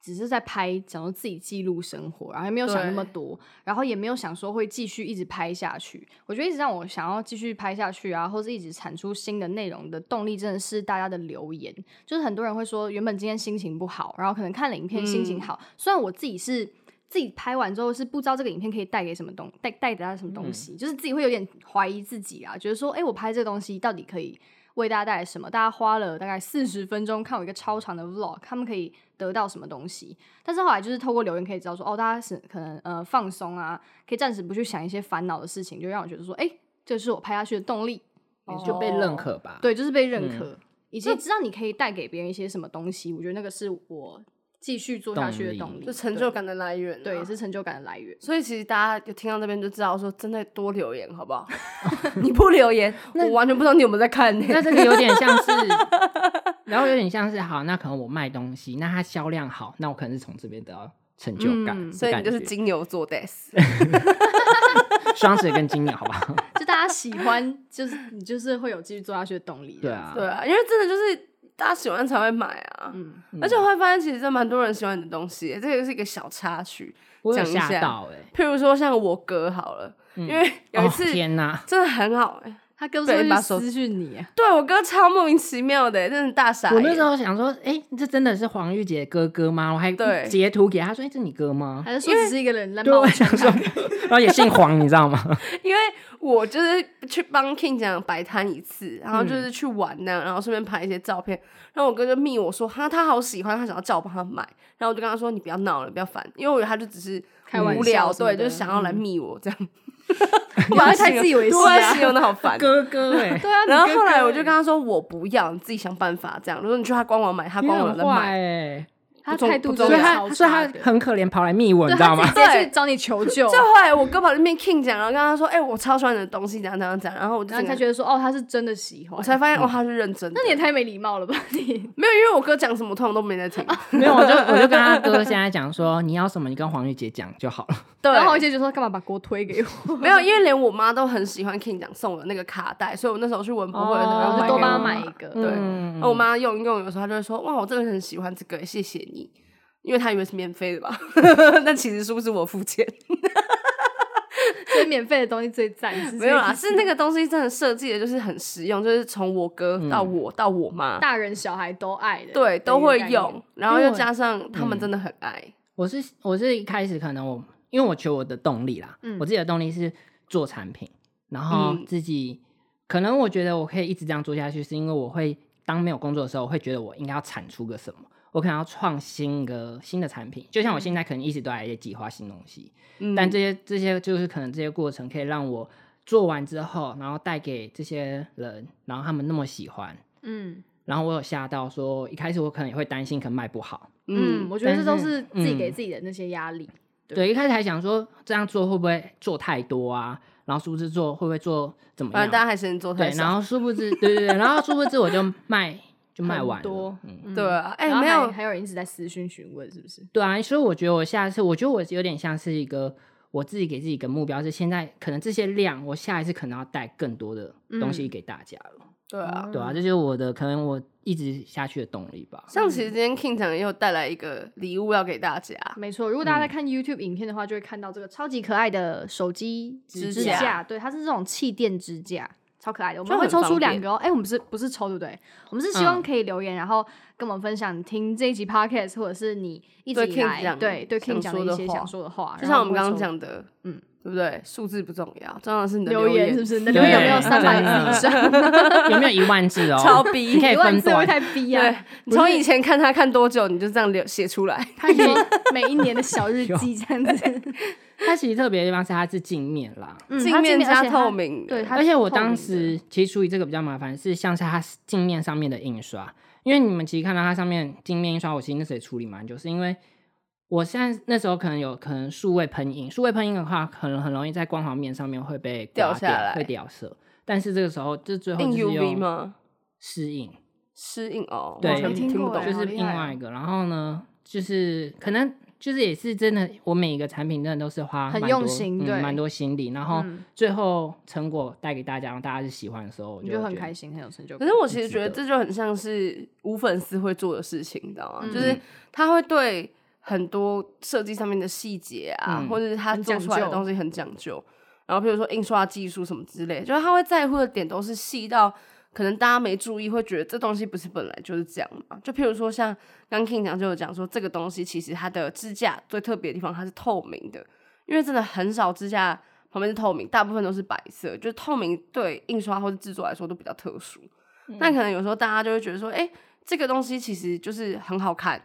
Speaker 2: 只是在拍，想说自己记录生活，然后也没有想那么
Speaker 1: 对
Speaker 2: 多，然后也没有想说会继续一直拍下去。我觉得一直让我想要继续拍下去啊，或是一直产出新的内容的动力，真的是大家的留言。就是很多人会说，原本今天心情不好，然后可能看了影片心情
Speaker 1: 嗯
Speaker 2: 好。虽然我自己是。自己拍完之后是不知道这个影片可以带给什么东带带给大家什么东西，就是自己会有点怀疑自己啊，觉得说，哎、我拍这个东西到底可以为大家带来什么？大家花了大概四十分钟看我一个超长的 vlog，他们可以得到什么东西？但是后来就是透过留言可以知道说，哦，大家是可能呃放松啊，可以暂时不去想一些烦恼的事情，就让我觉得说，哎、这是我拍下去的动力，
Speaker 1: 哦
Speaker 3: 就被认可吧。，
Speaker 2: 对，就是被认可，以及知道你可以带给别人一些什么东西。我觉得那个是我继续做下去的
Speaker 3: 动力
Speaker 2: 动力，
Speaker 1: 就成就感的来源、啊，
Speaker 2: 对，对，也是成就感的来源。
Speaker 1: 所以其实大家有听到这边就知道，说真的多留言好不 好？你不留言，我完全不知道你有没有在看、
Speaker 3: 那
Speaker 1: 欸。
Speaker 3: 这个有点像是，然后有点像是好，那可能我卖东西，那它销量好，那我可能是从这边得到成就感的感
Speaker 2: 嗯
Speaker 3: 觉。
Speaker 1: 所以你就是金牛座 des，
Speaker 3: 双子跟金牛，好 吧？
Speaker 2: 就大家喜欢， 就是你就是会有继续做下去的动力。
Speaker 3: 对，啊，
Speaker 1: 对啊，因为真的就是大家喜欢才会买啊。
Speaker 2: 嗯，
Speaker 1: 而且我会发现，其实真的蛮多人喜欢你的东西欸，这个是一个小插曲。
Speaker 3: 我有
Speaker 1: 讲一下
Speaker 3: 吓到哎、欸
Speaker 1: 譬如说像我哥好了，因为有一
Speaker 3: 哦
Speaker 1: 次
Speaker 3: 天哪，
Speaker 1: 真的很好哎、
Speaker 2: 他哥是
Speaker 1: 对
Speaker 2: 会
Speaker 1: 把
Speaker 2: 去
Speaker 1: 手
Speaker 2: 私讯你、啊，
Speaker 1: 对我哥超莫名其妙的欸、真的大傻眼。
Speaker 3: 我那时候想说，哎、这真的是黄玉姐哥哥吗？我还
Speaker 1: 对
Speaker 3: 截图给他说，哎、这你哥吗？
Speaker 2: 还是说只是一个人在
Speaker 3: 对，
Speaker 2: 冒
Speaker 3: 我想说，然后也姓黄，你知道吗？
Speaker 1: 因为我就是去帮 King 讲摆摊一次，然后
Speaker 2: 嗯
Speaker 1: 就是去玩那样，然后顺便拍一些照片。然后我哥就密我说，哈，他好喜欢，他想要叫我帮他买。然后我就跟他说，你不要闹了，不要烦，因为我以为他就只是
Speaker 2: 开玩笑
Speaker 1: 无聊，
Speaker 2: 什么
Speaker 1: 对，
Speaker 2: 的
Speaker 1: 就是想要来密我这 样。
Speaker 2: 你会太自以为是
Speaker 1: 我把他
Speaker 2: 啊
Speaker 1: 形容的好烦。
Speaker 3: 哥哥
Speaker 1: 欸
Speaker 3: 哎、
Speaker 2: 对啊，
Speaker 1: 然后
Speaker 2: 你哥
Speaker 1: 后来
Speaker 2: 哥
Speaker 1: 我就跟他说，我不要，你自己想办法这样。如果你去他官网买，他
Speaker 3: 你
Speaker 1: 官网有
Speaker 3: 很
Speaker 1: 在
Speaker 3: 坏
Speaker 1: 卖。
Speaker 3: 哎、
Speaker 2: 他
Speaker 1: 不重
Speaker 2: 态度
Speaker 1: 不
Speaker 2: 真
Speaker 1: 重
Speaker 2: 的
Speaker 3: 所以
Speaker 1: 要
Speaker 3: 他
Speaker 2: 超
Speaker 3: 所以
Speaker 2: 差
Speaker 3: 他
Speaker 2: 的，
Speaker 3: 很可怜，跑来密我，你
Speaker 2: 对
Speaker 3: 知道吗
Speaker 2: 他？自己去找你求救，
Speaker 1: 就后来我哥跑去面 King 讲，然后跟他说，哎、我超喜欢你的东西，怎样怎样怎样。然后我就
Speaker 2: 然后你才
Speaker 1: 整个
Speaker 2: 觉得说哦，他是真的喜欢
Speaker 1: 我。才发现，哦，他是认真的
Speaker 2: 那。你也太没礼貌了吧你！
Speaker 1: 没有，因为我哥讲什么，我通常都没在 听。
Speaker 3: 没有，我就我就跟他哥现在讲说，你要什么，你跟黄玉姐讲就好了。
Speaker 1: 对，
Speaker 2: 然后而且就说干嘛把锅推给我？
Speaker 1: 没有，因为连我妈都很喜欢 King 讲送我那个卡带，所以我那时候去文博会的时候，
Speaker 3: 哦
Speaker 1: 然
Speaker 2: 我
Speaker 1: 后
Speaker 2: 就多
Speaker 1: 给
Speaker 2: 帮他
Speaker 1: 我
Speaker 2: 买一。个。
Speaker 1: 对，
Speaker 3: 嗯
Speaker 1: 然后我妈用一用，有时候她就会说：“哇，我真的很喜欢这个，谢谢你。”因为她以为是免费的吧， 但其实是不是我付钱？
Speaker 2: 所以免费的东西最赞， 是这个
Speaker 1: 没有啦，
Speaker 2: 意思
Speaker 1: 是那个东西真的设计的，就是很实用，就是从我哥到我、到我妈，
Speaker 2: 嗯大人小孩都爱的，
Speaker 1: 对，都会
Speaker 2: 的一个概
Speaker 1: 用
Speaker 2: 念。，嗯
Speaker 1: 然后又加上他们真的很爱，
Speaker 3: 我是我是一开始可能我因为我觉得我的动力啦，
Speaker 2: 嗯
Speaker 3: 我自己的动力是做产品，然后
Speaker 1: 嗯
Speaker 3: 自己、可能我觉得我可以一直这样做下去，是因为我会当没有工作的时候，我会觉得我应该要产出个什么，我可能要创新一个新的产品，就像我现在可能一直都在计划新东西，
Speaker 1: 嗯，
Speaker 3: 但这些这些就是可能这些过程可以让我做完之后，然后带给这些人，然后他们那么喜欢。
Speaker 2: 嗯
Speaker 3: 然后我有吓到说，一开始我可能也会担心可能卖不好，
Speaker 2: 嗯，
Speaker 1: 嗯，
Speaker 2: 我觉得这都
Speaker 3: 但是
Speaker 2: 是自己
Speaker 3: 嗯
Speaker 2: 给自己的那些压力。对
Speaker 3: 对，一开始还想说这样做会不会做太多啊，然后殊不知做会不会做怎么
Speaker 1: 反正大家
Speaker 3: 样？
Speaker 1: 还是能做太
Speaker 3: 对，然
Speaker 1: 少，
Speaker 3: 后殊不知，对对对，然后殊不知我就卖就卖
Speaker 2: 很
Speaker 3: 完了
Speaker 2: 多
Speaker 3: 嗯，
Speaker 2: 嗯
Speaker 1: 对，啊，哎，
Speaker 2: 然后
Speaker 1: 没有
Speaker 2: 还，还有人一直在私讯询问，是不是？
Speaker 3: 对啊，所以我觉得我下一次，我觉得我有点像是一个我自己给自己一个目标，是现在可能这些量，我下一次可能要带更多的东
Speaker 2: 嗯
Speaker 3: 西给大家了，
Speaker 1: 对啊，
Speaker 3: 对啊，这就是我的可能我一直下去的动力 吧。
Speaker 2: 嗯
Speaker 1: 像其实今天 King 讲也有带来一个礼物要给大家，
Speaker 2: 没错，如果大
Speaker 1: 嗯
Speaker 2: 家在看 YouTube 影片的话，就会看到这个超级可爱的手机
Speaker 1: 支
Speaker 2: 支
Speaker 1: 架
Speaker 2: 架，对，它是这种气垫支架，超可爱的。我
Speaker 1: 就
Speaker 2: 们
Speaker 1: 很
Speaker 2: 会抽
Speaker 1: 方
Speaker 2: 出
Speaker 1: 便
Speaker 2: 两个哦，哎、我们不是不是抽对不对？我们是希望
Speaker 3: 嗯
Speaker 2: 可以留言，然后跟我们分享你听这一集 Podcast，或者是你一直
Speaker 1: 对
Speaker 2: 以
Speaker 1: King
Speaker 2: 来
Speaker 1: 讲
Speaker 2: 对对
Speaker 1: 想
Speaker 2: King 讲的
Speaker 1: 说的
Speaker 2: 一些
Speaker 1: 话
Speaker 2: 想说的话，
Speaker 1: 就
Speaker 2: 然
Speaker 1: 像
Speaker 2: 后
Speaker 1: 我们刚
Speaker 2: 会
Speaker 1: 刚
Speaker 2: 抽
Speaker 1: 讲的，
Speaker 2: 嗯
Speaker 1: 嗯，对不对？数字不重要，重要的是你的
Speaker 2: 留言
Speaker 1: 言
Speaker 2: 是不。是？你的留言有没有
Speaker 3: 对
Speaker 2: 三百字以上？
Speaker 3: 有没有一万字哦？
Speaker 1: 超逼
Speaker 3: 你可以
Speaker 2: 一万
Speaker 3: 分
Speaker 2: 字会太
Speaker 3: 段。
Speaker 2: 逼
Speaker 1: 对
Speaker 2: 啊！，
Speaker 1: 你从以前看他看多久，你就这样留写出来。
Speaker 2: 他说每一年的小日记这样子，
Speaker 3: 它其实特别的地方是它是镜面啦，
Speaker 2: 嗯
Speaker 1: 镜
Speaker 2: 它
Speaker 1: 面
Speaker 2: 而
Speaker 1: 加
Speaker 2: 且它
Speaker 1: 透明的
Speaker 2: 对，它
Speaker 3: 而且我
Speaker 2: 透明
Speaker 3: 当
Speaker 2: 的
Speaker 3: 时其实处理这个比较麻烦，是像是它镜面上面的印刷，因为你们其实看到它上面镜面印刷，我其实那时候也处理蛮久，是因为我现在那时候可能有可能数位喷印，数位喷印的话，可能很容易在光滑面上面会被
Speaker 1: 掉
Speaker 3: 刮
Speaker 1: 下来
Speaker 3: 会掉色。但是这个时候，这最后
Speaker 1: 印
Speaker 3: 就是
Speaker 1: UV
Speaker 3: 用
Speaker 1: 吗？
Speaker 3: 适应，
Speaker 1: 湿印哦，
Speaker 3: 对
Speaker 1: 我好像
Speaker 3: 没
Speaker 2: 听
Speaker 1: 听不
Speaker 2: 过
Speaker 1: 懂，
Speaker 2: 哎
Speaker 3: 就是
Speaker 2: 好厉
Speaker 3: 另
Speaker 2: 害
Speaker 3: 外一个。然后呢，就是可能就是也是真的，我每一个产品真的都是花
Speaker 2: 很
Speaker 3: 蛮
Speaker 2: 用
Speaker 3: 多
Speaker 2: 心
Speaker 3: 嗯
Speaker 2: 对
Speaker 3: 蛮多心力。然后
Speaker 2: 嗯
Speaker 3: 最后成果带给大家，让大家是喜欢的时候，我
Speaker 2: 你
Speaker 3: 就
Speaker 2: 就
Speaker 3: 会
Speaker 2: 很
Speaker 3: 觉得
Speaker 2: 开心，很有成就
Speaker 1: 可
Speaker 2: 感。
Speaker 1: 是我其实
Speaker 3: 值
Speaker 1: 觉得
Speaker 3: 得
Speaker 1: 这就很像是无粉丝会做的事情，你知道吗？
Speaker 2: 嗯
Speaker 1: 就是他会对很多设计上面的细节啊，
Speaker 3: 嗯
Speaker 1: 或者是他
Speaker 2: 很
Speaker 1: 做
Speaker 2: 讲
Speaker 1: 出来的
Speaker 2: 究
Speaker 1: 东西很讲究。然后比如说印刷技术什么之类，就是他会在乎的点都是细到可能大家没注意，会觉得这东西不是本来就是这样嘛。就譬如说像刚 King 讲就有讲说，这个东西其实它的支架最特别的地方，它是透明的，因为真的很少支架旁边是透明，大部分都是白色，就是透明对印刷或者制作来说都比较特殊。
Speaker 2: 嗯
Speaker 1: 但可能有时候大家就会觉得说，哎、这个东西其实就是很好看，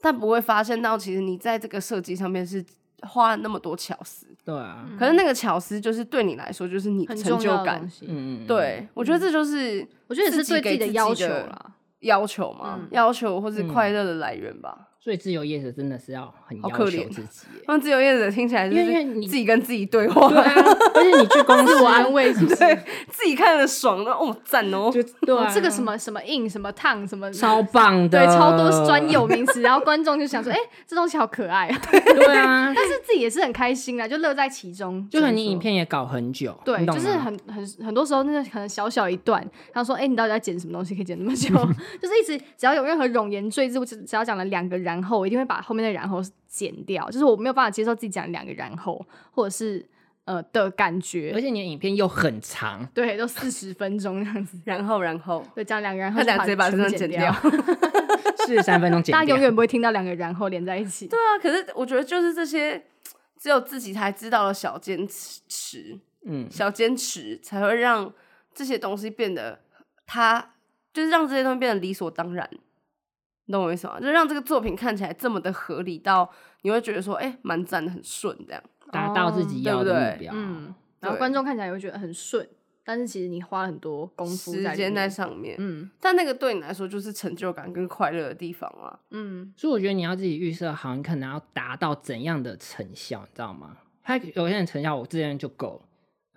Speaker 1: 但不会发现到其实你在这个设计上面是花了那么多巧思，
Speaker 3: 对啊，
Speaker 2: 嗯
Speaker 1: 可是那个巧思就是对你来说就是你的
Speaker 2: 很
Speaker 1: 成
Speaker 2: 重
Speaker 1: 就
Speaker 2: 要的
Speaker 1: 感
Speaker 2: 东。西，
Speaker 3: 嗯嗯，嗯，
Speaker 1: 对，我觉得这就是
Speaker 2: 我觉得也是对
Speaker 1: 自己给
Speaker 2: 己的
Speaker 1: 自己
Speaker 2: 要求
Speaker 1: 的
Speaker 2: 啦。
Speaker 1: 要求嘛，
Speaker 2: 嗯
Speaker 1: 要求或是快乐的来源吧。
Speaker 3: 所以自由业者真的是要很
Speaker 1: 好
Speaker 3: 要
Speaker 1: 可
Speaker 3: 求
Speaker 1: 怜
Speaker 2: 啊
Speaker 3: 自己耶。
Speaker 1: 那自由业者听起来就
Speaker 3: 因为因为
Speaker 1: 是
Speaker 3: 你
Speaker 1: 自己跟自己对话，
Speaker 3: 对啊，而且你去公司
Speaker 2: 自我安慰是不是？
Speaker 1: 自己看了爽，那哦赞哦，
Speaker 3: 就对啊、
Speaker 2: 哦这个什么什么印什么烫什么
Speaker 3: 超棒
Speaker 2: 对
Speaker 3: 的，
Speaker 2: 超多专有名词，然后观众就想说，哎，这东西好可爱啊！
Speaker 3: 对啊，
Speaker 2: 但是自己也是很开心啊，就乐在其中。
Speaker 3: 就
Speaker 2: 只
Speaker 3: 很
Speaker 2: 能
Speaker 3: 你
Speaker 2: 说
Speaker 3: 影。片也搞很久，
Speaker 2: 对，
Speaker 3: 你懂
Speaker 2: 就
Speaker 3: 吗
Speaker 2: 是很很很多时候，那个可能小小一段，他说：“哎、你到底在剪什么东西？可以剪那么久？” 就是一直只要有任何冗言赘字，我只只要讲了两个然后，我一定会把后面的然后剪掉。就是我没有办法接受自己讲两个然后，或者是呃的感
Speaker 3: 而
Speaker 2: 觉。
Speaker 3: 且你的影片又很长，
Speaker 2: 对，都四十分钟这样子，
Speaker 1: 然后然后
Speaker 2: 对，讲两个然后
Speaker 1: 他
Speaker 2: 就
Speaker 1: 俩直接把
Speaker 2: 全
Speaker 1: 这
Speaker 2: 部
Speaker 1: 段
Speaker 2: 剪
Speaker 1: 剪掉。
Speaker 3: 四十三分钟剪
Speaker 2: 大家
Speaker 3: 掉，
Speaker 2: 永远不会听到两个然后连在一起。
Speaker 1: 对啊，可是我觉得就是这些只有自己才知道的小坚持，
Speaker 3: 嗯，
Speaker 2: 哦
Speaker 1: 小坚持才会让这些东西变得它就是让这些东西变得理所当然。你懂我意思吗？就让这个作品看起来这么的合理到你会觉得说，哎、蛮赞的，很顺这样。
Speaker 3: 达到自己
Speaker 1: 对
Speaker 3: 要
Speaker 1: 不
Speaker 3: 的
Speaker 1: 对
Speaker 3: 目标，
Speaker 2: 嗯，然后
Speaker 1: 对
Speaker 2: 观众看起来会觉得很顺，但是其实你花了很多功夫
Speaker 1: 时
Speaker 2: 在里
Speaker 1: 间在
Speaker 2: 面
Speaker 1: 上面，
Speaker 2: 嗯
Speaker 1: 但那个对你来说就是成就感跟快乐的地方啊。
Speaker 2: 嗯，
Speaker 3: 所以我觉得你要自己预设好，你可能要达到怎样的成效，你知道吗？他有些人成效我这样就够了，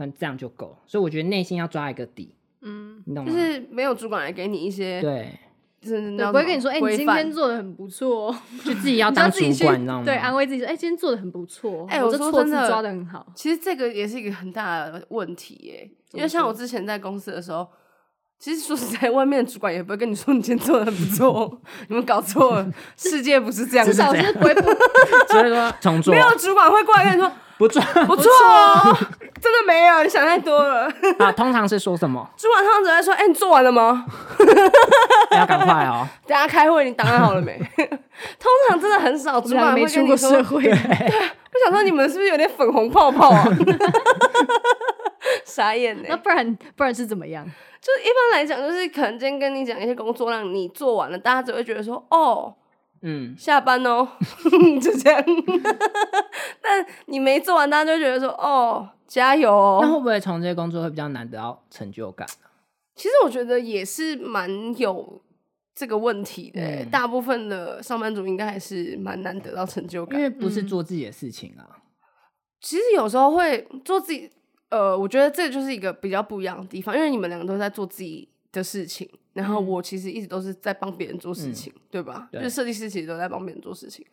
Speaker 3: 嗯，这样就够了，所以我觉得内心要抓一个底，
Speaker 2: 嗯，
Speaker 3: 你懂
Speaker 1: 就
Speaker 3: 吗？
Speaker 1: 是没有主管来给你一些，
Speaker 3: 对，
Speaker 1: 就是你知
Speaker 2: 对，
Speaker 1: 道
Speaker 2: 不会
Speaker 1: 什
Speaker 2: 跟你
Speaker 1: 么
Speaker 2: 说，哎、
Speaker 1: 规
Speaker 2: 你今
Speaker 1: 范
Speaker 2: 天做的很不错、哦，
Speaker 3: 就自己 要
Speaker 2: 你要
Speaker 3: 当
Speaker 2: 自
Speaker 3: 主
Speaker 2: 己去
Speaker 3: 管，你知道吗？
Speaker 2: 对，安慰自己说，哎、今天做的很不错，哦
Speaker 1: 哎
Speaker 2: 我
Speaker 1: 我
Speaker 2: 这
Speaker 1: 说
Speaker 2: 错字
Speaker 1: 真的
Speaker 2: 抓的很好，
Speaker 1: 其实这个也是一个很大的问题耶，
Speaker 2: 怎么
Speaker 1: 因为像我之前在公司的时候，其实说实在，外面的主管也不会跟你说你今天做的很不错，哦 你们搞错了，世界不是这样
Speaker 2: 至
Speaker 1: 子
Speaker 2: 少
Speaker 1: 的。
Speaker 2: 是不会不
Speaker 3: 所以说重做
Speaker 1: 没有主管会过来跟你说
Speaker 3: 不做
Speaker 1: 不错哦， 真的没有，你想太多了。
Speaker 3: 啊，通常是说什么？
Speaker 1: 主管他们只会说：“哎、你做完了吗？
Speaker 3: 要赶快哦，
Speaker 1: 等下开会，你档案好了没？” 通常真的很少
Speaker 2: 我
Speaker 1: 主
Speaker 2: 们
Speaker 1: 管
Speaker 2: 两
Speaker 1: 啊会
Speaker 2: 个啊没
Speaker 1: 跟
Speaker 2: 出
Speaker 1: 你
Speaker 2: 过
Speaker 1: 说
Speaker 2: 社会，
Speaker 1: 我想说你们是不是有点粉红泡泡啊？ 傻眼欸呢、
Speaker 2: 那不然不然是怎么样？
Speaker 1: 就是一般来讲，就是可能今天跟你讲一些工作量，你做完了，大家只会觉得说哦，
Speaker 3: 嗯，
Speaker 1: 下班哦， 就这样。 但你没做完，大家就会觉得说哦，加油
Speaker 3: 那会
Speaker 1: 哦。
Speaker 3: 不会从这些工作会比较难得到成就感？
Speaker 1: 其实我觉得也是蛮有这个问题的、欸
Speaker 3: 嗯
Speaker 1: 大部分的上班族应该还是蛮难得到成就
Speaker 3: 因
Speaker 1: 感。
Speaker 3: 为不是
Speaker 2: 嗯
Speaker 3: 做自己的事情啊，
Speaker 1: 其实有时候会做自己，呃，我觉得这就是一个比较不一样的地方，因为你们两个都在做自己的事情，然后
Speaker 2: 嗯
Speaker 1: 我其实一直都是在帮别人做事情，嗯对吧？
Speaker 3: 对
Speaker 1: 就是设计师其实都在帮别人做事情。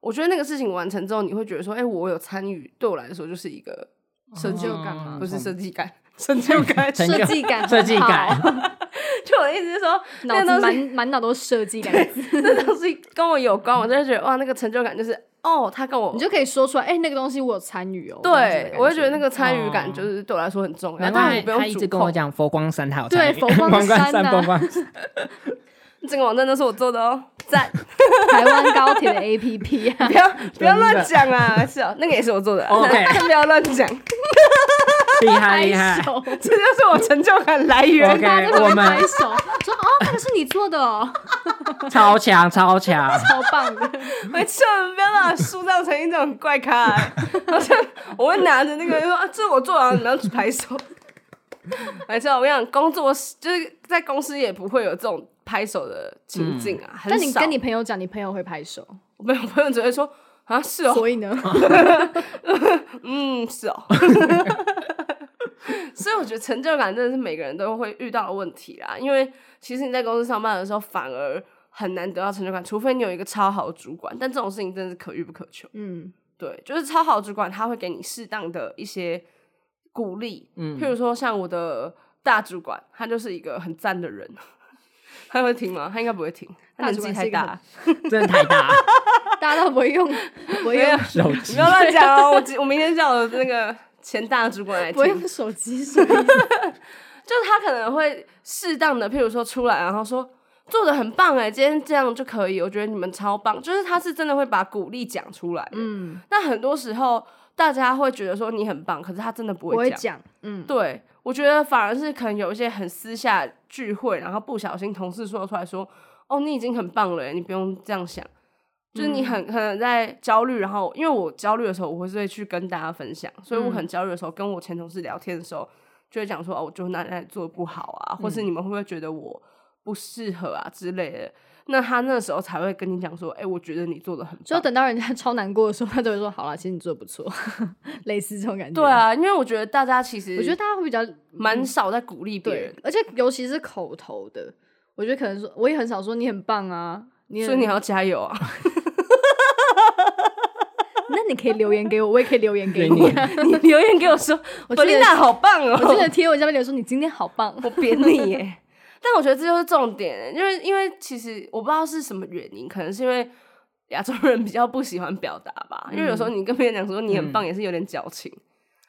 Speaker 1: 我觉得那个事情完成之后，你会觉得说，哎、我有参与，对我来说就是一个成就啊
Speaker 2: 感嘛
Speaker 1: 不是设计感，成就 感。
Speaker 3: 成
Speaker 2: 设
Speaker 3: 就
Speaker 2: 计感，
Speaker 3: 设 计感，
Speaker 1: 就我的意思是说，
Speaker 2: 脑
Speaker 1: 那
Speaker 2: 子
Speaker 1: 个东
Speaker 2: 满
Speaker 1: 西，
Speaker 2: 满脑都是设计感，
Speaker 1: 那东西跟我有关，我就会觉得哇，那个成就感就是，哦，他跟我
Speaker 2: 你。就可以说出来，哎、那个东西我有参与哦，这样子的
Speaker 1: 对
Speaker 2: 感，
Speaker 1: 我会觉得那个参与
Speaker 3: 哦
Speaker 1: 感就是对我来说很重要，
Speaker 3: 难
Speaker 1: 但
Speaker 3: 怪
Speaker 1: 我不用
Speaker 3: 他一
Speaker 1: 主
Speaker 3: 直跟
Speaker 1: 控
Speaker 3: 我讲佛光山，他有
Speaker 2: 对
Speaker 3: 参与
Speaker 2: 佛光山
Speaker 3: 山，
Speaker 2: 啊
Speaker 3: 佛光山，
Speaker 1: 这个网站都是我做的 哦，赞！
Speaker 2: 台湾高铁的 A P P 啊
Speaker 1: 不，要不要乱讲啊！是啊，那个也是我做的啊、
Speaker 3: OK
Speaker 1: 但 不要乱讲，
Speaker 3: 厉害厉害
Speaker 2: 拍。手
Speaker 1: 这就是我成就感来源。
Speaker 2: 大家
Speaker 3: OK，
Speaker 2: 在旁
Speaker 3: 我
Speaker 2: 边拍
Speaker 3: 们
Speaker 2: 手，说哦，那个是你做的哦，
Speaker 3: 超强超强，
Speaker 2: 超棒的，
Speaker 1: 我千万不要把它塑造成一种怪咖、欸， 好像我会拿着那个说啊，这是我做的啊，然后拍手。 没错，我跟你讲，工作室就是在公司也不会有这种拍手的情境啊，很
Speaker 2: 嗯但你
Speaker 1: 少。
Speaker 2: 跟你朋友讲，你朋友会拍手，
Speaker 1: 我朋友朋友只会说啊，是哦，
Speaker 2: 所以呢，
Speaker 1: 嗯，是哦。 所以我觉得成就感真的是每个人都会遇到的问题啦，因为其实你在公司上班的时候，反而很难得到成就感，除非你有一个超好的主管，但这种事情真的是可遇不可求。
Speaker 2: 嗯，
Speaker 1: 对，就是超好的主管，他会给你适当的一些鼓励，
Speaker 3: 嗯
Speaker 1: 譬如说像我的大主管，他就是一个很赞的人。 他会听吗？他应该不会听，他
Speaker 2: 大
Speaker 1: 年
Speaker 2: 主
Speaker 1: 纪
Speaker 2: 管
Speaker 1: 太
Speaker 2: 是一个
Speaker 1: 大。
Speaker 3: 真的太大了，
Speaker 2: 大家都不会用，不会
Speaker 1: 没有
Speaker 2: 用，
Speaker 3: 手
Speaker 1: 你
Speaker 3: 机
Speaker 1: 不要乱讲 哦！我今我明天叫我那个前大主管来
Speaker 2: 不会
Speaker 1: 听，
Speaker 2: 用手机，所以
Speaker 1: 就是他可能会适当的，譬如说出来，然后说做的很棒哎、今天这样就可以，我觉得你们超棒，就是他是真的会把鼓励讲出来。嗯，
Speaker 2: 嗯，
Speaker 1: 但很多时候大家会觉得说你很棒，可是他真的不
Speaker 2: 我
Speaker 1: 会
Speaker 2: 会
Speaker 1: 讲。
Speaker 2: 讲，嗯，
Speaker 1: 对，我觉得反而是可能有一些很私下聚会，然后不小心同事说出来说，哦，你已经很棒了耶，你不用这样想。就是
Speaker 2: 嗯
Speaker 1: 你很可能在焦虑，然后因为我焦虑的时候，我会是会去跟大家分享，所以
Speaker 2: 嗯
Speaker 1: 我很焦虑的时候，跟我前同事聊天的时候，就会讲说哦，我就哪里哪里做的不好啊，或是
Speaker 2: 嗯
Speaker 1: 你们会不会觉得我不适合啊之类的。那他那时候才会跟你讲说，哎、我觉得你做的很
Speaker 2: 所
Speaker 1: 棒
Speaker 2: 以。等到人家 超难过的时候，他就会说：“好啦，其实你做的不错。” 类似这种感觉。
Speaker 1: 对，啊，因为我觉得大家其实
Speaker 2: 我觉得大家会比较
Speaker 1: 蛮少在鼓励别
Speaker 2: 对
Speaker 1: 人，，
Speaker 2: 而且尤其是口头的，我觉得可能说我也很少说你很棒啊，你很
Speaker 1: 所以你还要加油啊。
Speaker 2: 那你可以留言给我，我也可以留言给
Speaker 3: 给
Speaker 2: 你
Speaker 3: 你。
Speaker 1: 你留言给我说，
Speaker 2: 我
Speaker 1: 伯
Speaker 2: 记
Speaker 1: 琳
Speaker 2: 得
Speaker 1: 娜好棒哦，
Speaker 2: 我记得贴文下面留言说你今天好棒，
Speaker 1: 我扁你耶。 但我觉得这就是重点，因为因为其实我不知道是什么原因，可能是因为亚洲人比较不喜欢表达吧，因为有时候你跟别人讲说你很棒，也是有点矫情，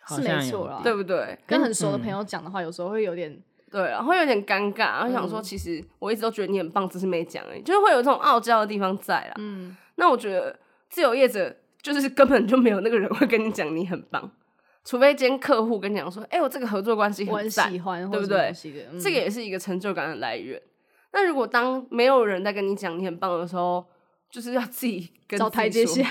Speaker 2: 是没错啦。
Speaker 1: 对，嗯不对？
Speaker 2: 跟很熟的朋友讲的话，有时候会有点
Speaker 1: 对，然后有点尴尬，然后想说其实我一直都觉得你很棒，只是没讲而已，就是会有这种傲娇的地方在啦。
Speaker 2: 嗯，
Speaker 1: 那我觉得自由业者就是根本就没有那个人会跟你讲你很棒，除非今天客户跟你讲说，哎、我这个合作关系
Speaker 2: 我很
Speaker 1: 赞
Speaker 2: 喜欢，
Speaker 1: 对不对？这
Speaker 2: 这
Speaker 1: 个也是一个成就感的来源。那如果当没有人在跟你讲你很棒的时候，就是要自己跟
Speaker 2: 找
Speaker 1: 自己
Speaker 2: 台阶
Speaker 1: 说，
Speaker 2: 下，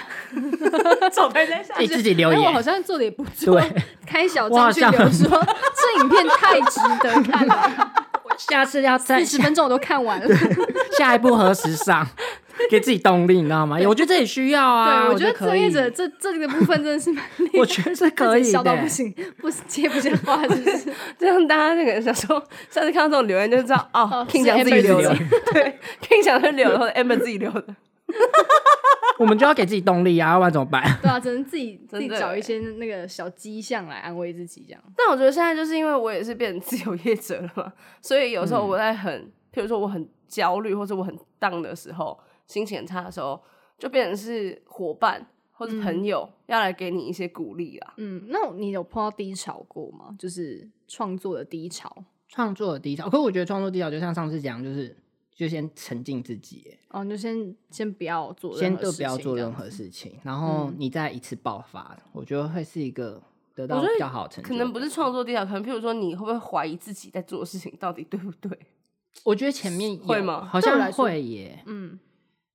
Speaker 1: 找台阶下
Speaker 3: 自己自己留
Speaker 2: 哎，我好
Speaker 3: 言，
Speaker 2: 像做的也不错。
Speaker 3: 对，
Speaker 2: 开小
Speaker 3: 我
Speaker 2: 张
Speaker 3: 好
Speaker 2: 去
Speaker 3: 像
Speaker 2: 留说 这影片太值得看 了，
Speaker 3: 下次要再
Speaker 2: 四十分钟我都看完了。
Speaker 3: 下一步何时上，给自己动力，你知道吗？我觉得这也需要啊，
Speaker 2: 对，
Speaker 3: 我
Speaker 2: 我觉得
Speaker 3: 可
Speaker 2: 自业
Speaker 3: 以，
Speaker 2: 者这这个部分真的是蛮厉害，
Speaker 3: 我觉得 是可
Speaker 2: 自己
Speaker 3: 以
Speaker 2: 笑到
Speaker 3: 的
Speaker 2: 不行，不接不下话，是不 是？
Speaker 1: 这样大家那个想说，下次看到这种留言就知道哦
Speaker 2: 哦
Speaker 1: ，King
Speaker 2: 是
Speaker 1: 讲自己
Speaker 2: Amber
Speaker 1: 留的
Speaker 3: 自己，
Speaker 1: 对，King 讲是留的，或者 Amber 自己留的，
Speaker 3: 我们就要给自己动力啊，要不然怎么办？
Speaker 2: 对啊，只能自己自己
Speaker 1: 真的
Speaker 2: 找
Speaker 1: 欸
Speaker 2: 一些那个小迹象来安慰自己，这样。
Speaker 1: 但我觉得现在就是因为我也是变成自由业者了嘛，所以有时候我在很，譬如说我很焦虑或者我很 down 的时候，心情很差的时候，就变成是伙伴或者朋友、要来给你一些鼓励啦。
Speaker 2: 嗯，那你有碰到低潮过吗？就是创作的低潮
Speaker 3: 创作的低潮，可我觉得创作低潮就像上次讲，就是就先沉浸自己耶，
Speaker 2: 哦，你就先先不要做任
Speaker 3: 先
Speaker 2: 何事
Speaker 3: 都
Speaker 2: 情，
Speaker 3: 不要做
Speaker 2: 这样
Speaker 3: 任何事情，然后你再一次爆发，我觉得会是一个得到
Speaker 1: 我觉得
Speaker 3: 比较好的成就。
Speaker 1: 可能不是，创作低潮，可能譬如说你会不会怀疑自己在做的事情到底对不对？
Speaker 3: 我觉得前面有
Speaker 1: 会吗
Speaker 3: 好
Speaker 2: 对我来
Speaker 3: 像
Speaker 2: 说
Speaker 3: 会耶，
Speaker 2: 嗯，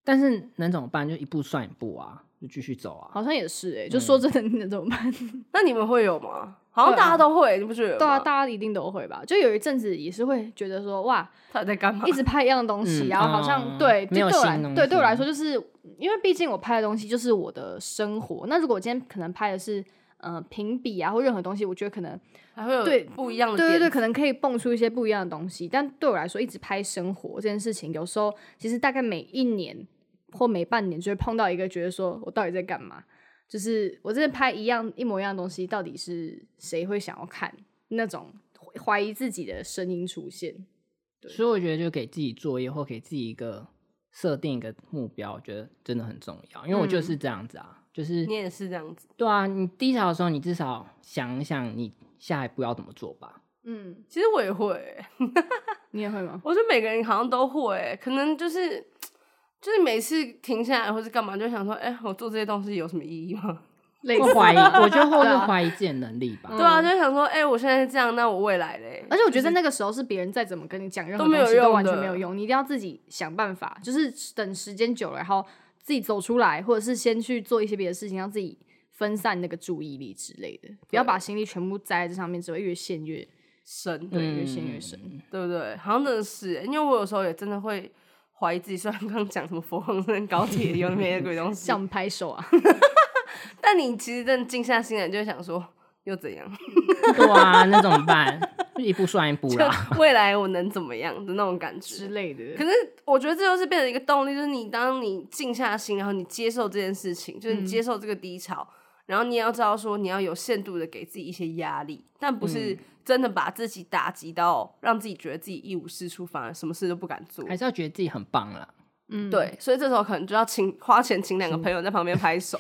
Speaker 3: 但是能怎么办？就一步算一步啊，就继续走啊。
Speaker 2: 好像也是哎、就说真的，你能怎么办？
Speaker 1: 那你们会有吗？好像
Speaker 2: 会啊
Speaker 1: 大家都会，你不觉得吗？
Speaker 2: 对啊，大家一定都会吧？就有一阵子也是会觉得说，哇，
Speaker 1: 他在干嘛？
Speaker 2: 一直拍一样的东西，
Speaker 3: 啊嗯
Speaker 2: 然后好像、
Speaker 3: 哦
Speaker 2: 对，就
Speaker 3: 没有
Speaker 2: 对我来
Speaker 3: 新东
Speaker 2: 对
Speaker 3: 西
Speaker 2: 对我来说，就是因为毕竟我拍的东西就是我的生活。那如果我今天可能拍的是呃评比啊或任何东西，我觉得可能
Speaker 1: 还会有
Speaker 2: 对
Speaker 1: 不一样的
Speaker 2: 对
Speaker 1: 点。
Speaker 2: 对对，可能可以蹦出一些不一样的东西。但对我来说，一直拍生活这件事情，有时候其实大概每一年或每半年就会碰到一个，觉得说我到底在干嘛？就是我真的拍一样一模一样的东西，到底是谁会想要看？那种怀疑自己的声音出现。
Speaker 3: 所以我觉得就给自己作业或给自己一个设定一个目标，我觉得真的很重要。因为我就是这样子啊，就是
Speaker 1: 嗯你也是这样子，
Speaker 3: 对啊，你低潮的时候，你至少想一想你下一步要怎么做吧。
Speaker 2: 嗯，
Speaker 1: 其实我也会、
Speaker 2: 你也会 吗？
Speaker 1: 我觉得每个人好像都会、可能就是就是每次停下来或是干嘛，就想说，哎、我做这些东西有什么意义吗？
Speaker 2: 类
Speaker 3: 会怀疑，我觉得会
Speaker 2: 对
Speaker 3: 是
Speaker 2: 啊
Speaker 3: 怀疑自己的能力吧。
Speaker 1: 对啊，就想说，哎、我现在这样，那我未来嘞？
Speaker 2: 嗯而且我觉得在那个时候是别人再怎么跟你讲任何
Speaker 1: 都没有
Speaker 2: 东西都
Speaker 1: 用
Speaker 2: 完全
Speaker 1: 的
Speaker 2: 没有用，你一定要自己想办法，就是等时间久了，然后自己走出来，或者是先去做一些别的事情，让自己分散那个注意力之类的，不要把心力全部栽在这上面，只会越陷越
Speaker 1: 神，
Speaker 2: 对，越陷越深。
Speaker 1: 嗯欸对不对？好像真的是、因为我有时候也真的会怀疑自己，虽然刚刚讲什么佛光山高铁有那么些鬼东西
Speaker 2: 像我，们拍手啊，
Speaker 1: 但你其实真的静下心来，就会想说又怎样？
Speaker 3: 对啊，那怎么办？ 一步算一步啦。
Speaker 1: 就未来我能怎么样的那种感
Speaker 2: 之
Speaker 1: 觉。
Speaker 2: 类的。
Speaker 1: 啊 可是我觉得这就是变成一个动力，就是你当你静下心，然后你接受这件事情，就是你接受这个低潮，然后你也要知道说你要有限度的给自己一些压力，但不是真的把自己打击到让自己觉得自己一无是处，反而什么事都不敢做。
Speaker 3: 还是要觉得自己很棒啦。
Speaker 2: 嗯，，
Speaker 1: 对，所以这时候可能就要请花钱请两个朋友在旁 边拍手。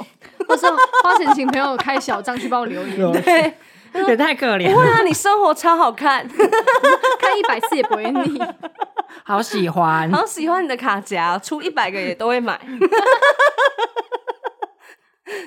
Speaker 2: 或是花钱请朋友开小账去帮我留言，
Speaker 1: 对，
Speaker 3: 也太可怜
Speaker 1: 不会
Speaker 3: 了，
Speaker 1: 啊，你生活超好看，
Speaker 2: 看一百次也不会 腻。
Speaker 3: 好喜欢
Speaker 1: 好喜欢你的卡夹，哦出一百个也都会买。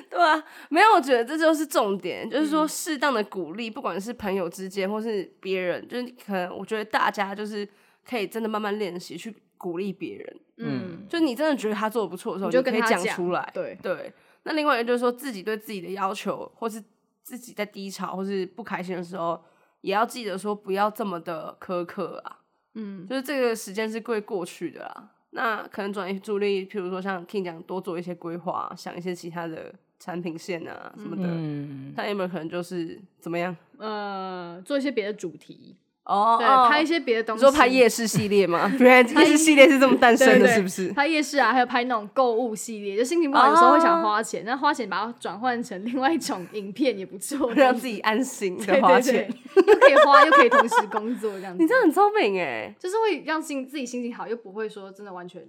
Speaker 1: 对啊，没有，我觉得这就是重点，就是
Speaker 2: 嗯
Speaker 1: 说适当的鼓励，不管是朋友之间或是别人，就是可能我觉得大家就是可以真的慢慢练习去鼓励别人。
Speaker 2: 嗯，
Speaker 1: 就你真的觉得他做的不错的时候，
Speaker 2: 你
Speaker 1: 你
Speaker 2: 就跟
Speaker 1: 可以
Speaker 2: 他
Speaker 1: 讲
Speaker 2: 讲
Speaker 1: 出来。
Speaker 2: 嗯对，
Speaker 1: 对，那另外一个就是说自己对自己的要求，或是自己在低潮或是不开心的时候，也要记得说不要这么的苛刻啊。
Speaker 2: 嗯，
Speaker 1: 就是这个时间是会过去的啦。那可能转移注意力，譬如说像 King 讲，多做一些规划，想一些其他的产品线啊什么的。
Speaker 3: 嗯，
Speaker 1: 但有没有可能就是怎么样？
Speaker 2: 呃，做一些别的主题，
Speaker 1: 哦，
Speaker 2: 对，
Speaker 1: 哦
Speaker 2: 拍一些别的东
Speaker 1: 你
Speaker 2: 西，
Speaker 1: 说拍夜市系列 吗？原来夜市系列是这么诞生
Speaker 2: 对
Speaker 1: 的，
Speaker 2: 对
Speaker 1: 是不是？
Speaker 2: 拍夜市啊，还有拍那种购物系列，就心情不好有时候会
Speaker 1: 哦
Speaker 2: 想花钱，那花钱把它转换成另外一种影片也不错，这样
Speaker 1: 让
Speaker 2: 子
Speaker 1: 自己安心
Speaker 2: 对
Speaker 1: 的花
Speaker 2: 对
Speaker 1: 钱，
Speaker 2: 对，又可以花又可以同时工作这样子。
Speaker 1: 你这样很聪明哎。
Speaker 2: 就是会让心自己心情好，又不会说真的完全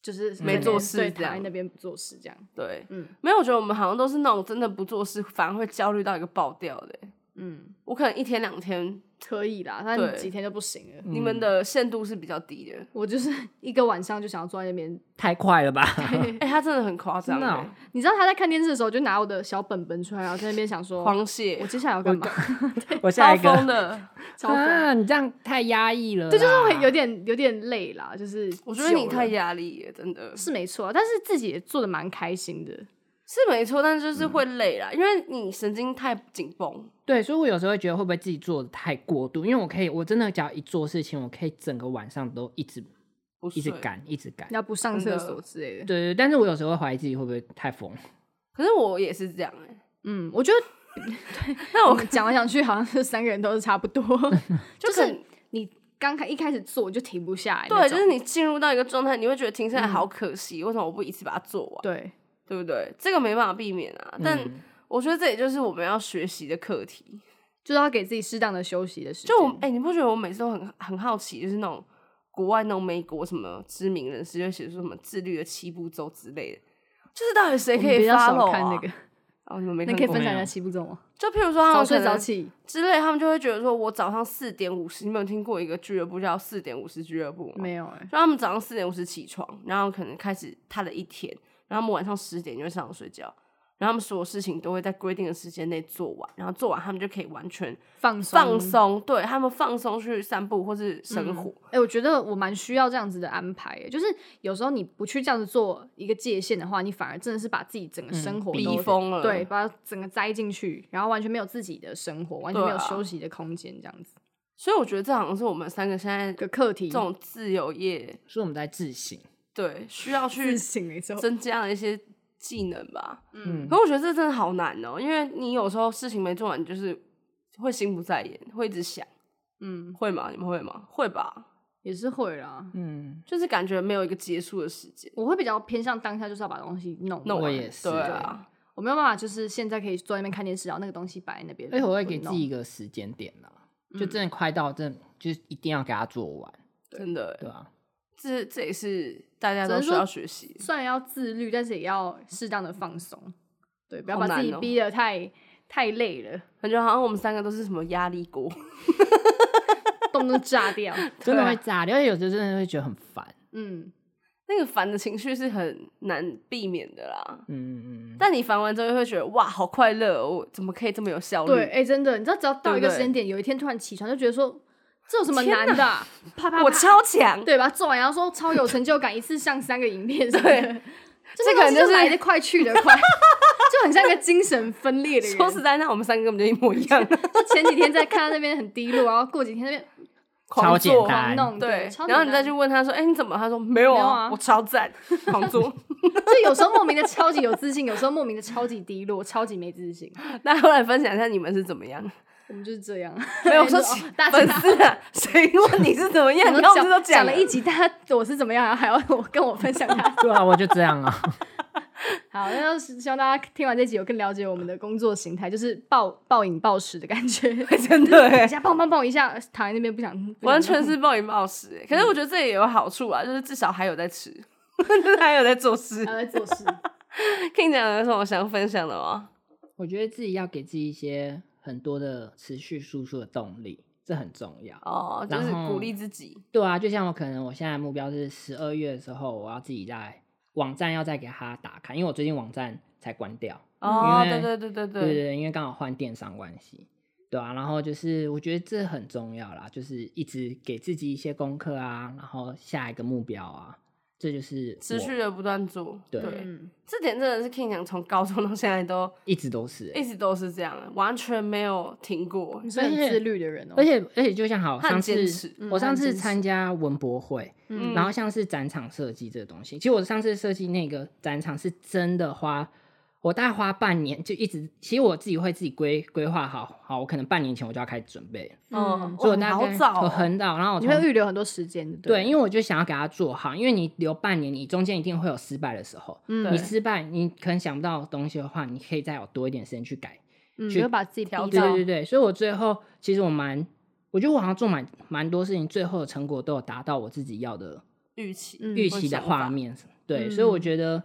Speaker 2: 就是
Speaker 1: 没
Speaker 2: 在那
Speaker 1: 做
Speaker 2: 边
Speaker 1: 事
Speaker 2: 对，
Speaker 1: 这样
Speaker 2: 躺在那边不做事这样。
Speaker 1: 对，
Speaker 2: 嗯
Speaker 1: 没有，我觉得我们好像都是那种真的不做事，反而会焦虑到一个爆掉的欸。
Speaker 2: 嗯，
Speaker 1: 我可能一天两天，
Speaker 2: 可以啦，但
Speaker 1: 对嗯
Speaker 2: 几天就不行了。
Speaker 1: 你们的限度是比较低的。
Speaker 2: 我就是 一个晚上就想要坐在那边，
Speaker 3: 太快了吧？
Speaker 2: 嗯
Speaker 1: 哎、他真的很夸张
Speaker 3: 真的哦
Speaker 1: 欸，
Speaker 2: 你知道他在看电视的时候，就拿我的小本本出来，然后在那边想说，
Speaker 1: 狂
Speaker 2: 我
Speaker 1: 泻，
Speaker 2: 接下来要干嘛？
Speaker 3: 我
Speaker 1: 超
Speaker 3: 下一
Speaker 1: 疯
Speaker 3: 个
Speaker 1: 的。
Speaker 2: 超疯，
Speaker 3: 啊，你这样太压抑了啦，
Speaker 2: 这就是会有点有点累啦，就是
Speaker 1: 我觉得你
Speaker 2: 久了
Speaker 1: 太压力了，真
Speaker 3: 嗯
Speaker 1: 的
Speaker 2: 是没错啊，但是自己也做的蛮开心的。
Speaker 1: 是没错，但就是会累
Speaker 3: 嗯
Speaker 1: 啦，因为你神经太紧绷。
Speaker 3: 对，所以我有时候会觉得会不会自己做的太过度，因为我可以，我真的只要一做事情，我可以整个晚上都一直
Speaker 1: 不
Speaker 3: 一直
Speaker 1: 睡
Speaker 3: 赶，一直赶。
Speaker 2: 要不上
Speaker 1: 真
Speaker 2: 厕
Speaker 1: 的
Speaker 2: 所之类的
Speaker 3: 对，对，但是我有时候会怀疑自己会不会太疯，
Speaker 1: 可是我也是这样哎、
Speaker 2: 嗯，我觉得
Speaker 1: 那
Speaker 2: 我
Speaker 1: 我
Speaker 2: 们讲来讲去，好像是三个人都是差不 多，就
Speaker 1: 可
Speaker 2: 是你刚开一开始做就停不下来那
Speaker 1: 对，
Speaker 2: 种，
Speaker 1: 就是你进入到一个状态，你会觉得停下来
Speaker 3: 嗯
Speaker 1: 好可惜，为什么我不一次把它做完？
Speaker 2: 对，
Speaker 1: 对不对？这个没办法避免啊。但
Speaker 3: 嗯
Speaker 1: 我觉得这也就是我们要学习的课题。
Speaker 2: 就是要给自己适当的休息的时间。
Speaker 1: 就我哎、你不觉得我每次都很很好奇，就是那种国外那种美国什么知名人士就会写出什么自律的七步骤之类的，就是到底谁
Speaker 2: 我
Speaker 1: 可
Speaker 2: 们比
Speaker 1: 以
Speaker 2: 较
Speaker 1: follow
Speaker 2: 少
Speaker 1: 啊
Speaker 2: 看那个，
Speaker 1: 哦，你们没
Speaker 2: 那
Speaker 1: 看
Speaker 2: 可以
Speaker 1: 过
Speaker 2: 分享一
Speaker 3: 没
Speaker 2: 下
Speaker 3: 有
Speaker 2: 七步骤吗？
Speaker 1: 就譬如说他
Speaker 2: 早
Speaker 1: 们
Speaker 2: 睡
Speaker 1: 可
Speaker 2: 早
Speaker 1: 能
Speaker 2: 起，
Speaker 1: 之类，他们就会觉得说，我早上四点五十，你们有听过一个俱乐部叫四点五十俱乐部吗？
Speaker 2: 没有哎、
Speaker 1: 就他们早上四点五十起床，然后可能开始他的一天，然后他们晚上十点就会上床睡觉，然后他们所有事情都会在规定的时间内做完，然后做完他们就可以完全
Speaker 2: 放松
Speaker 1: 放。松，对他们放松去散步或是生活，
Speaker 2: 哎、我觉得我蛮需要这样子的安排、欸，就是有时候你不去这样子做一个界限的话，你反而真的是把自己整
Speaker 3: 嗯
Speaker 2: 个生活都、
Speaker 1: 逼疯了，
Speaker 2: 对，把它整个栽进去，然后完全没有自己的生活，完全没有
Speaker 1: 对啊
Speaker 2: 休息的空间，这样子
Speaker 1: 所以我觉得这好像是我们三个现在
Speaker 2: 一个课题
Speaker 1: 这。种自由业，
Speaker 3: 所以我们在自省。
Speaker 1: 对，需要去
Speaker 2: 省了之后，
Speaker 1: 增加了一些技能吧。
Speaker 2: 嗯
Speaker 1: 嗯，可我觉得这真的好难哦、因为你有时候事情没做完，你就是会心不在焉，会一直想，
Speaker 2: 嗯，
Speaker 1: 会吗？你们会吗？会吧，
Speaker 2: 也是会啦。
Speaker 3: 嗯，
Speaker 1: 就是感觉没有一个结束的时间。
Speaker 2: 我会比较偏向当下，就是要把东西弄
Speaker 1: 那
Speaker 2: 完
Speaker 3: 我也是
Speaker 1: 对啊，
Speaker 2: 我没有办法，就是现在可以坐在那边看电视，然后那个东西摆在那边。
Speaker 3: 而且我会给
Speaker 2: 不
Speaker 3: 自
Speaker 2: 弄
Speaker 3: 己一个时间点啦，就真的快到真的，就是一定要给它做完，
Speaker 1: 真的欸
Speaker 3: 对，吧、
Speaker 1: 这这也是大家
Speaker 2: 只
Speaker 1: 都
Speaker 2: 能
Speaker 1: 需
Speaker 2: 说
Speaker 1: 要学习的。
Speaker 2: 虽然要自律，但是也要适当的放松，对，不要
Speaker 1: 好
Speaker 2: 把自己
Speaker 1: 难哦
Speaker 2: 逼得太、太累了，
Speaker 1: 感觉好像我们三个都是什么压力锅，
Speaker 2: 动不动炸 掉。
Speaker 3: 真
Speaker 1: 对
Speaker 3: 的
Speaker 1: 啊
Speaker 3: 会炸裂，而且有时候真的会觉得很烦。
Speaker 2: 嗯，
Speaker 1: 那个烦的情绪是很难避免的啦。
Speaker 3: 嗯嗯嗯，
Speaker 1: 但你烦完之后，会觉得哇，好快乐哦！我怎么可以这么有效率？
Speaker 2: 对，哎、真的，你知道，只要到一
Speaker 1: 对
Speaker 2: 个
Speaker 1: 不对
Speaker 2: 时间点，有一天突然起床，就觉得说这有什么难的啊、啪啪啪，
Speaker 1: 我超强，
Speaker 2: 对，把它做完，然后说超有成就感，一次上三个影片什么
Speaker 1: 对
Speaker 2: 的，这
Speaker 1: 这可能
Speaker 2: 就
Speaker 1: 就是
Speaker 2: 来得快去得快，就很像一个精神分裂的人。
Speaker 1: 说实在，那我们三个根本就一模一样。
Speaker 2: 就前几天在看他那边很低落，然后过几天那边
Speaker 1: 狂
Speaker 3: 超
Speaker 1: 做啊
Speaker 3: 简
Speaker 2: 狂
Speaker 3: 单
Speaker 2: 弄
Speaker 1: 对
Speaker 2: 超，简
Speaker 1: 然后你再
Speaker 2: 单
Speaker 1: 去问他说：“哎、你怎么？”他说：“没有
Speaker 2: 没有
Speaker 1: 啊，
Speaker 2: 啊
Speaker 1: 我超 赞，狂做。
Speaker 2: 就有时候莫名的超级有自信，有时候莫名的超级低落，超级没自信，”
Speaker 1: 那后来分享一下你们是怎么样？
Speaker 2: 我们就是这样。
Speaker 1: 没有我说
Speaker 2: 就是哦大家
Speaker 1: 粉丝啊， 谁问你是怎么样？
Speaker 2: 我
Speaker 1: 你刚不是都
Speaker 2: 讲
Speaker 1: 了
Speaker 2: 了一集，大家我是怎么样，然后还要我跟我分享他。
Speaker 3: 对啊，我就这样啊。
Speaker 2: 好，那就是希望大家听完这集有更了解我们的工作形态，就是暴暴饮暴食的感觉，
Speaker 1: 真的
Speaker 2: 一
Speaker 1: 哎，
Speaker 2: 下暴暴暴一下，躺在那边不想，不想
Speaker 1: 完全是暴饮暴食欸。可
Speaker 2: 嗯
Speaker 1: 是我觉得这也有好处啊，就是至少还有在吃， 就是还有在做事
Speaker 2: 动。还在做 事。
Speaker 1: King 讲有什么想分享的吗？
Speaker 3: 我觉得自己要给自己一些很多的持续输出的动力，这很重要。
Speaker 1: 哦，就
Speaker 3: 然
Speaker 1: 是
Speaker 3: 后
Speaker 1: 鼓励自己。
Speaker 3: 对啊，就像我可能我现在目标是十二月的时候，我要自己在网站要再给它打开，因为我最近网站才关掉。
Speaker 1: 哦，
Speaker 3: 嗯因
Speaker 1: 对
Speaker 3: 为
Speaker 1: 对对对
Speaker 3: 对对
Speaker 1: 对，
Speaker 3: 对，因为刚好换电商关系，对啊，然后就是我觉得这很重要啦，就是一直给自己一些功课啊，然后下一个目标啊，这就是
Speaker 1: 持
Speaker 3: 我
Speaker 1: 续的不断做。
Speaker 3: 对
Speaker 2: 嗯，
Speaker 1: 这点真的是 King 讲从高中到现在都
Speaker 3: 一直都是、欸
Speaker 1: 一直都是这样，完全没有停过
Speaker 2: 你。是很自律的人哦
Speaker 3: 而。且而且就像好
Speaker 1: 他很
Speaker 3: 上
Speaker 1: 坚持
Speaker 3: 次
Speaker 2: 嗯
Speaker 3: 我
Speaker 2: 他
Speaker 3: 上
Speaker 2: 很
Speaker 3: 次
Speaker 2: 坚持
Speaker 3: 参加文博会，
Speaker 1: 嗯
Speaker 3: 然后像是展场设计这个东西，其实我上次设计那个展场是真的花，我大概花半年就一直，其实我自己会自己规规划好，好，我可能半年前我就要开始准备了，
Speaker 1: 嗯，
Speaker 3: 所以
Speaker 1: 哇
Speaker 3: 我
Speaker 1: 你
Speaker 3: 大
Speaker 1: 好
Speaker 3: 概
Speaker 1: 早
Speaker 3: 我
Speaker 1: 哦，
Speaker 3: 很早，然后我
Speaker 2: 你
Speaker 3: 从
Speaker 2: 会预留很多时间的，
Speaker 3: 对，
Speaker 2: 为
Speaker 3: 因为我就想要给它做好，因为你留半年，你中间一定会有失败的时候，
Speaker 1: 嗯对
Speaker 2: 嗯
Speaker 3: 你失败，你可能想不到东西的话，你可以再有多一点时间去改，
Speaker 2: 嗯，
Speaker 3: 去
Speaker 2: 你会把自己逼
Speaker 1: 调
Speaker 2: 到
Speaker 3: 对对对，所以我最后其实我蛮，我觉得我好像做蛮蛮多事情，最后的成果都有达到我自己要的
Speaker 1: 预期
Speaker 2: 嗯
Speaker 3: 预
Speaker 1: 或
Speaker 3: 期的
Speaker 1: 想
Speaker 3: 画
Speaker 1: 法
Speaker 3: 面，对，所以我觉得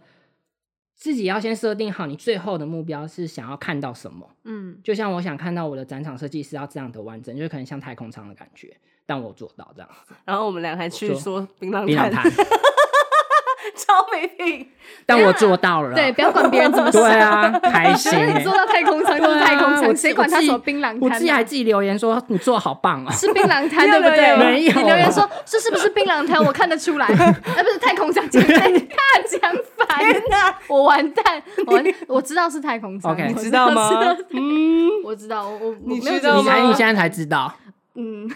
Speaker 3: 自己要先设定好你最后的目标是想要看到什么。
Speaker 2: 嗯
Speaker 3: 就像我想看到我的展场设计师要这样的完整，就是可能像太空舱的感觉，但我有做到这样。
Speaker 1: 然后我们俩还去
Speaker 3: 说
Speaker 1: 说槟榔
Speaker 3: 槟
Speaker 1: 摊，
Speaker 3: 榔摊，
Speaker 1: 超没 品。
Speaker 3: 但我做到了。
Speaker 2: 对，不要管别人怎么想
Speaker 3: 对，啊， 开心、
Speaker 2: 觉得你
Speaker 3: 欸
Speaker 2: 做。到太空舱就
Speaker 3: 对
Speaker 2: 是
Speaker 3: 啊
Speaker 2: 太空
Speaker 3: 我
Speaker 2: 舱，
Speaker 3: 自
Speaker 2: 谁管
Speaker 3: 我
Speaker 2: 他
Speaker 3: 自
Speaker 2: 什
Speaker 3: 己
Speaker 2: 么槟榔摊呢？
Speaker 3: 我自己还自己留言说你做得好棒哦、
Speaker 2: 是槟 榔摊，对不
Speaker 1: 要
Speaker 2: 对？
Speaker 1: 留言
Speaker 3: 没有
Speaker 2: 你留言说这是不是槟榔摊？我看得出来， 哎，不是太空舱，讲 太 大讲反，
Speaker 1: 那
Speaker 2: 我完蛋， 我完我知道是太空舱
Speaker 3: OK
Speaker 2: 我
Speaker 3: 你
Speaker 1: 知道 吗
Speaker 2: 知道是
Speaker 1: 嗯，
Speaker 2: 我知道，我我
Speaker 1: 你
Speaker 2: 我没有
Speaker 1: 知道
Speaker 3: 你才
Speaker 1: 吗
Speaker 3: 你现在才知道，
Speaker 2: 嗯，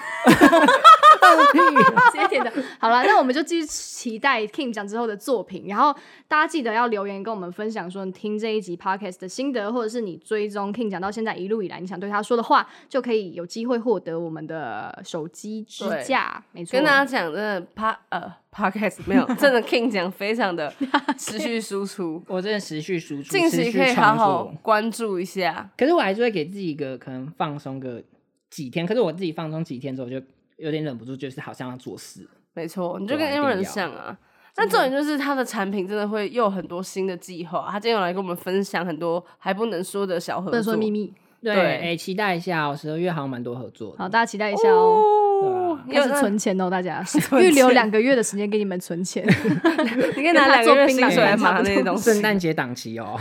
Speaker 2: 直接点的。好了，那我们就继续期待 Kim 讲之后的作品。然后大家记得要留言跟我们分享，说你听这一集 podcast 的心得，或者是你追踪 Kim 讲到现在一路以来你想对他说的话，就可以有机会获得我们的手机支架。没错，
Speaker 1: 跟大家讲，真的 p 呃 podcast 没有，真的 King 讲非常 的持续输出，
Speaker 3: 我真的持续输出，
Speaker 1: 近
Speaker 3: 持
Speaker 1: 期
Speaker 3: 续
Speaker 1: 可以好
Speaker 3: 创
Speaker 1: 好
Speaker 3: 作
Speaker 1: 关注一下。
Speaker 3: 可是我还是会给自己一个可能放松个几天，可是我自己放松几天之后，就有点忍不住，就是好像要做事。
Speaker 1: 没错，你就
Speaker 3: 对
Speaker 1: 跟
Speaker 3: 啊
Speaker 1: a a
Speaker 3: 一
Speaker 1: r
Speaker 3: 定
Speaker 1: o n
Speaker 3: 要
Speaker 1: 像啊。那重点就是他的产品真的会又有很多新的计划，他今天有来跟我们分享很多还不能说的小合
Speaker 2: 不能
Speaker 1: 作
Speaker 2: 说秘密。
Speaker 3: 对，
Speaker 1: 对
Speaker 3: 哎、期待一下、哦，十二月好像蛮多合作的。
Speaker 2: 好，大家期待一下哦。
Speaker 1: 哦，
Speaker 2: 开始
Speaker 1: 有那
Speaker 2: 存钱哦，大家
Speaker 1: 存
Speaker 2: 预留
Speaker 1: 钱
Speaker 2: 两个月的时间给你们存钱。
Speaker 1: 你可以拿
Speaker 2: 跟他
Speaker 1: 两个
Speaker 2: 做
Speaker 1: 月
Speaker 2: 槟
Speaker 1: 薪
Speaker 2: 榔
Speaker 1: 水来
Speaker 2: 摊差
Speaker 1: 买
Speaker 2: 不
Speaker 1: 那些
Speaker 2: 多
Speaker 1: 东
Speaker 3: 圣
Speaker 1: 西。
Speaker 3: 诞节档期哦，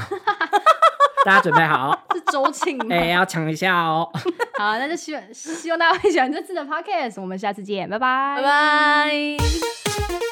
Speaker 3: 大家准备好，
Speaker 2: 是周 庆吗？
Speaker 3: 哎、要抢一下哦。
Speaker 2: 好，那就希望希望大家会喜欢这次的 podcast，我们下次见，拜拜，
Speaker 1: 拜。拜。